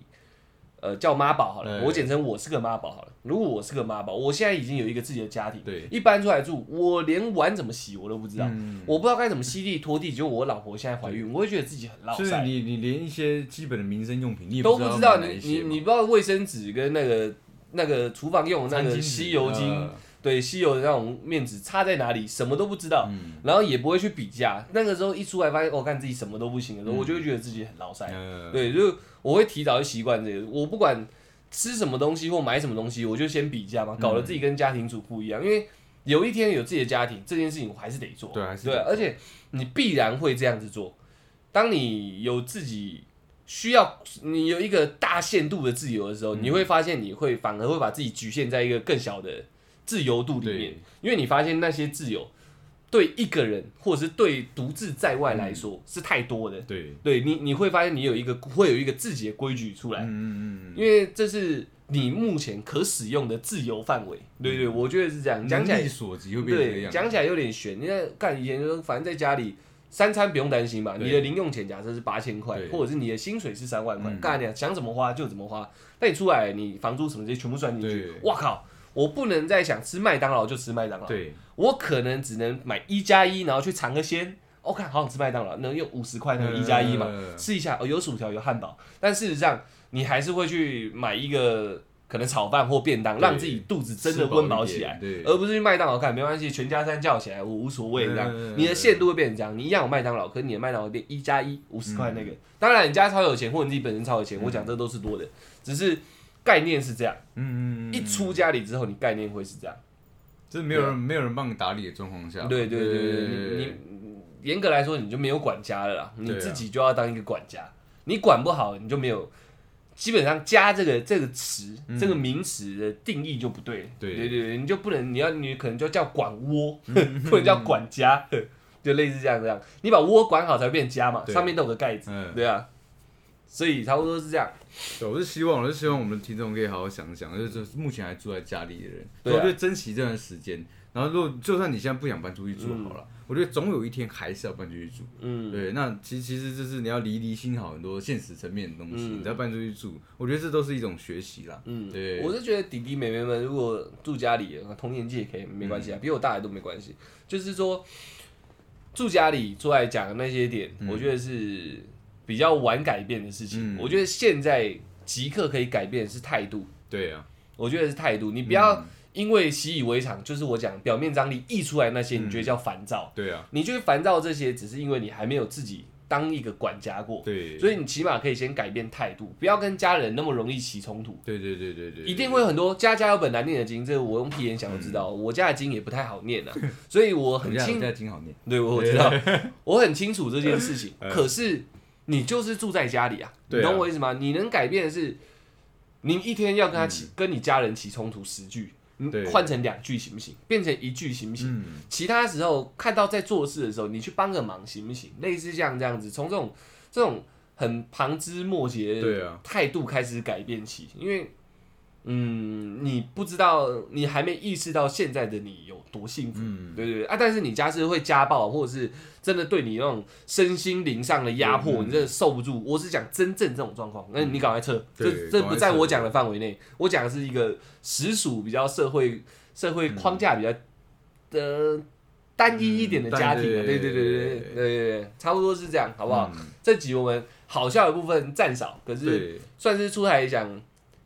S1: 呃，叫妈宝好了，
S2: 对
S1: 我简称我是个妈宝好了。如果我是个妈宝，我现在已经有一个自己的家庭，
S2: 对
S1: 一搬出来住，我连碗怎么洗我都不知道，
S2: 嗯，
S1: 我不知道该怎么吸地拖地。结果我老婆现在怀孕，我会觉得自己很落
S2: 就是
S1: 塞。
S2: 你你连一些基本的民生用品你也
S1: 都
S2: 不
S1: 不知
S2: 道
S1: 道
S2: 买
S1: 你
S2: 哪一
S1: 你
S2: 些嘛
S1: 你不知道卫生纸跟那个那个厨房用的那
S2: 餐
S1: 个
S2: 巾
S1: 吸
S2: 纸
S1: 油精，
S2: 呃
S1: 对吸油的那种面纸插在哪里，什么都不知道，
S2: 嗯
S1: 然后也不会去比价。那个时候一出来发现，我、哦、看自己什么都不行的时候，我就会觉得自己很老塞。
S2: 呃，
S1: 对，就是我会提早就习惯这个，我不管吃什么东西或买什么东西，我就先比价嘛，
S2: 嗯
S1: 搞得自己跟家庭主妇一样。因为有一天有自己的家庭，这件事情我还是得做，
S2: 对还是
S1: 对，
S2: 得
S1: 而且你必然会这样子做。当你有自己需要，你有一个大限度的自由的时候，
S2: 嗯
S1: 你会发现你会反而会把自己局限在一个更小的自由度里面
S2: 对，
S1: 因为你发现那些自由。对一个人，或者是对独自在外来说、
S2: 嗯
S1: 是太多的，
S2: 对，
S1: 对你，你会发现你有一个会有一个自己的规矩出来，
S2: 嗯嗯嗯嗯，
S1: 因为这是你目前可使用的自由范围。对
S2: 嗯
S1: 对，我觉得是这样。讲起
S2: 能力
S1: 来，
S2: 所及会变成这
S1: 对，
S2: 样，
S1: 讲起来有点悬。你看，干以前就反正在家里三餐不用担心嘛，
S2: 对
S1: 你的零用钱假设是八千块
S2: 对，
S1: 或者是你的薪水是三万块，
S2: 嗯
S1: 干你想怎么花就怎么花。那你出来，你房租什么这些全部算进去
S2: 对。
S1: 哇靠！我不能再想吃麦当劳就吃麦当劳，
S2: 对，
S1: 我可能只能买一加一，然后去尝个鲜。我、看好想吃麦当劳，能用五十块那个一加一嘛，
S2: 呃
S1: 吃一下哦，有薯条有汉堡，但事实上你还是会去买一个可能炒饭或便当，
S2: 对
S1: 让自己肚子真的温饱起来
S2: 吃饱一，点对
S1: 而不是去麦当劳看，没关系，全家三叫起来我无所谓这样
S2: 嗯，
S1: 你的限度会变成这样，你一样有麦当劳，可是你的麦当劳变一加一五十
S2: 嗯
S1: 块那个，当然你家超有钱或者你自己本身超有钱，我讲这都是多的，只是概念是这样，
S2: 嗯嗯嗯，
S1: 一出家里之后你概念会是这样，
S2: 就是没有人没有人帮你打理的状况下，
S1: 对对对对，对你你严格来说你就没有管家了啦，你
S2: 对啊
S1: 自己就要当一个管家，你管不好你就没有。基本上“家”这个这个词、这个名词的定义就不嗯对了。嗯
S2: 对
S1: 对对，你就不能，你要你可能就叫管窝，不能叫管家。 就类似这样这样。你把窝管好才会变家嘛，
S2: 对
S1: 上面都有个盖子，
S2: 嗯，
S1: 对啊，所以差不多是这样。
S2: 对，我是希望，我是希望我们的听众可以好好想想，就是这目前还住在家里的人，
S1: 对啊
S2: 我觉得珍惜这段时间。然后，如果就算你现在不想搬出去住好了，我觉得总有一天还是要搬出去住。
S1: 嗯，
S2: 对，那其其实就是你要离离心好很多现实层面的东西，
S1: 嗯
S2: 你再搬出去住，我觉得这都是一种学习啦。
S1: 嗯，
S2: 对
S1: 我是觉得弟弟妹妹们如果住家里，呃同年纪也可以，没关系啊，
S2: 嗯
S1: 比我大也都没关系。就是说，住家里出来讲的那些点，我觉得是比较晚改变的事情。
S2: 嗯
S1: 我觉得现在即刻可以改变的是态度，
S2: 对啊，
S1: 我觉得是态度，你不
S2: 嗯
S1: 要因为习以为常，就是我讲表面张力溢出来那些，你觉得叫烦躁，
S2: 对啊，
S1: 你觉得烦躁这些，只是因为你还没有自己当一个管家过，
S2: 对，
S1: 所以你起码可以先改变态度，不要跟家人那么容易起冲突。
S2: 对对对对对，
S1: 一定会有很多家家有本难念的经，这我用屁眼想就知
S2: 嗯
S1: 道。我家的经也不太好念啊，所以我
S2: 很
S1: 很
S2: 像
S1: 清
S2: 现，在挺好念。
S1: 对我知 道，我很清楚这件事情。
S2: 嗯
S1: 可是你就是住在家里啊，你
S2: 对啊
S1: 懂我意思吗？你能改变的是，你一天要跟他起跟你家人起冲突十句，你
S2: 嗯对
S1: 换成两句行不行？变成一句行不行？
S2: 嗯，
S1: 其他时候看到在做事的时候，你去帮个忙行不行？类似像这样子，从这种这种很旁枝末节
S2: 对啊
S1: 的态度开始改变起，因为嗯，你不知道，你还没意识到现在的你有多幸福，
S2: 嗯
S1: 对对对啊！但是你家是会家暴，或者是真的对你那种身心灵上的压迫，
S2: 嗯
S1: 你真的受不住。我是讲真正这种状况，那你赶快撤，
S2: 对
S1: 这这
S2: 赶
S1: 不
S2: 快
S1: 在
S2: 撤
S1: 我讲的范围内，我讲的是一个实属比较社会社会框架比较呃单一一点的
S2: 嗯嗯单嗯
S1: 家庭啊，对
S2: 对
S1: 对对
S2: 对
S1: 对
S2: 对
S1: 对对对，差不多是这样，好
S2: 好
S1: 不好？？这集我们好笑的部分占少，可是
S2: 对，
S1: 算是出来讲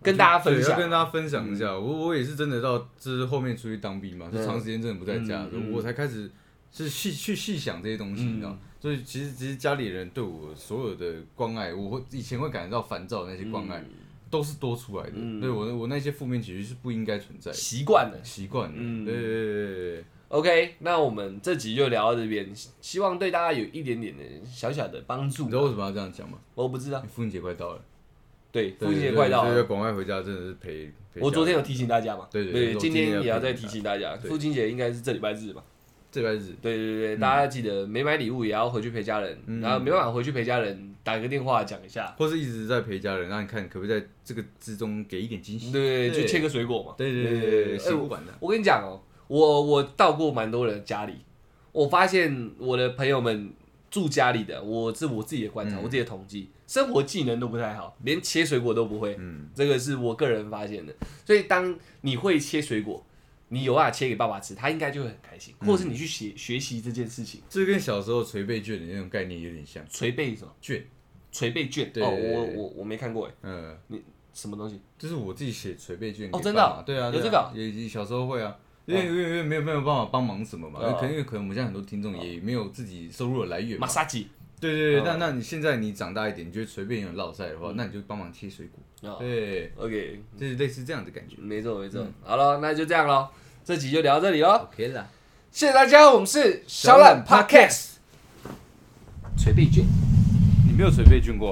S1: 跟大家分
S2: 对要
S1: 享，
S2: 跟大家分享一下。我我也是真的到就是后面出去当兵嘛，就
S1: 嗯
S2: 长时间真的不在家，
S1: 嗯嗯
S2: 我才开始是细去细想这些东西，
S1: 嗯
S2: 你知道。所以其实其实家里人对我所有的关爱，我会以前会感觉到烦躁的那些关爱，都是多出来的。
S1: 嗯
S2: 对我我那些负面情绪是不应该存在的，
S1: 习惯了。
S2: 习惯了。
S1: 嗯
S2: 对对对对对
S1: OK，那我们这集就聊到这边，希望对大家有一点点的小小的帮
S2: 你
S1: 助
S2: 知。道为什么要这样讲吗？
S1: 我不知道，
S2: 父亲节快到了，
S1: 对，
S2: 对
S1: 父亲节快到
S2: 对对对
S1: 了，
S2: 赶快回家，真的是陪。陪
S1: 我
S2: 家
S1: 昨天
S2: 人
S1: 有提醒大家嘛，
S2: 对对对
S1: 对，
S2: 我
S1: 今
S2: 今天
S1: 天也
S2: 要
S1: 要再
S2: 提
S1: 提
S2: 醒
S1: 醒大家，
S2: 对
S1: 父亲节应该是这礼拜日吧。
S2: 这礼拜日，
S1: 对对对，大家记得没买礼物也要回去陪家人，
S2: 嗯
S1: 然后没办法回去陪家人，打个电话讲一下，
S2: 或是一直在陪家人，那你看可不可以在这个之中给一点惊喜？
S1: 对对对，
S2: 对
S1: 就切个水果嘛。
S2: 对对对对对，先不管啊的。
S1: 哎我跟你讲哦，我我到过蛮多人的家里，我发现我的朋友们住家里的，我是我自己的观察，
S2: 嗯
S1: 我自己的统计，生活技能都不太好，连切水果都不会，
S2: 嗯，
S1: 这个是我个人发现的。所以当你会切水果，你有办法切给爸爸吃，他应该就会很开
S2: 嗯
S1: 心，或者是你去学学习这件事情，
S2: 这跟小时候捶背卷的那种概念有点像，
S1: 捶背什么
S2: 卷，
S1: 捶背卷，
S2: 对
S1: 哦，
S2: 对
S1: 我
S2: 对
S1: 我我没看过哎，
S2: 嗯，
S1: 什么东西？
S2: 就是我自己写捶背卷给
S1: 哦真的
S2: 爸妈
S1: 哦
S2: 对啊，
S1: 有
S2: 对啊
S1: 这个哦
S2: 也也小时候会啊。因为因为因为没有没有办法帮忙什么嘛，
S1: 哦
S2: 可能因为可能我们现在很多听众也没有自己收入的来源
S1: 马
S2: 嘛，
S1: 杀鸡
S2: 对对对，
S1: 哦嗯
S2: 那那你现在你长大一点，你觉得随便有点落塞的话，那你就帮忙切水果，
S1: 啊
S2: 对，
S1: ，OK，
S2: 就是类似这样的感觉
S1: 没错没
S2: 嗯
S1: 错，好了，那就这样喽，这集就聊到这里喽。
S2: ，OK 啦，
S1: 谢谢大家，我们是小懒 Podcast，捶背卷。
S2: 你没有捶背卷过啊？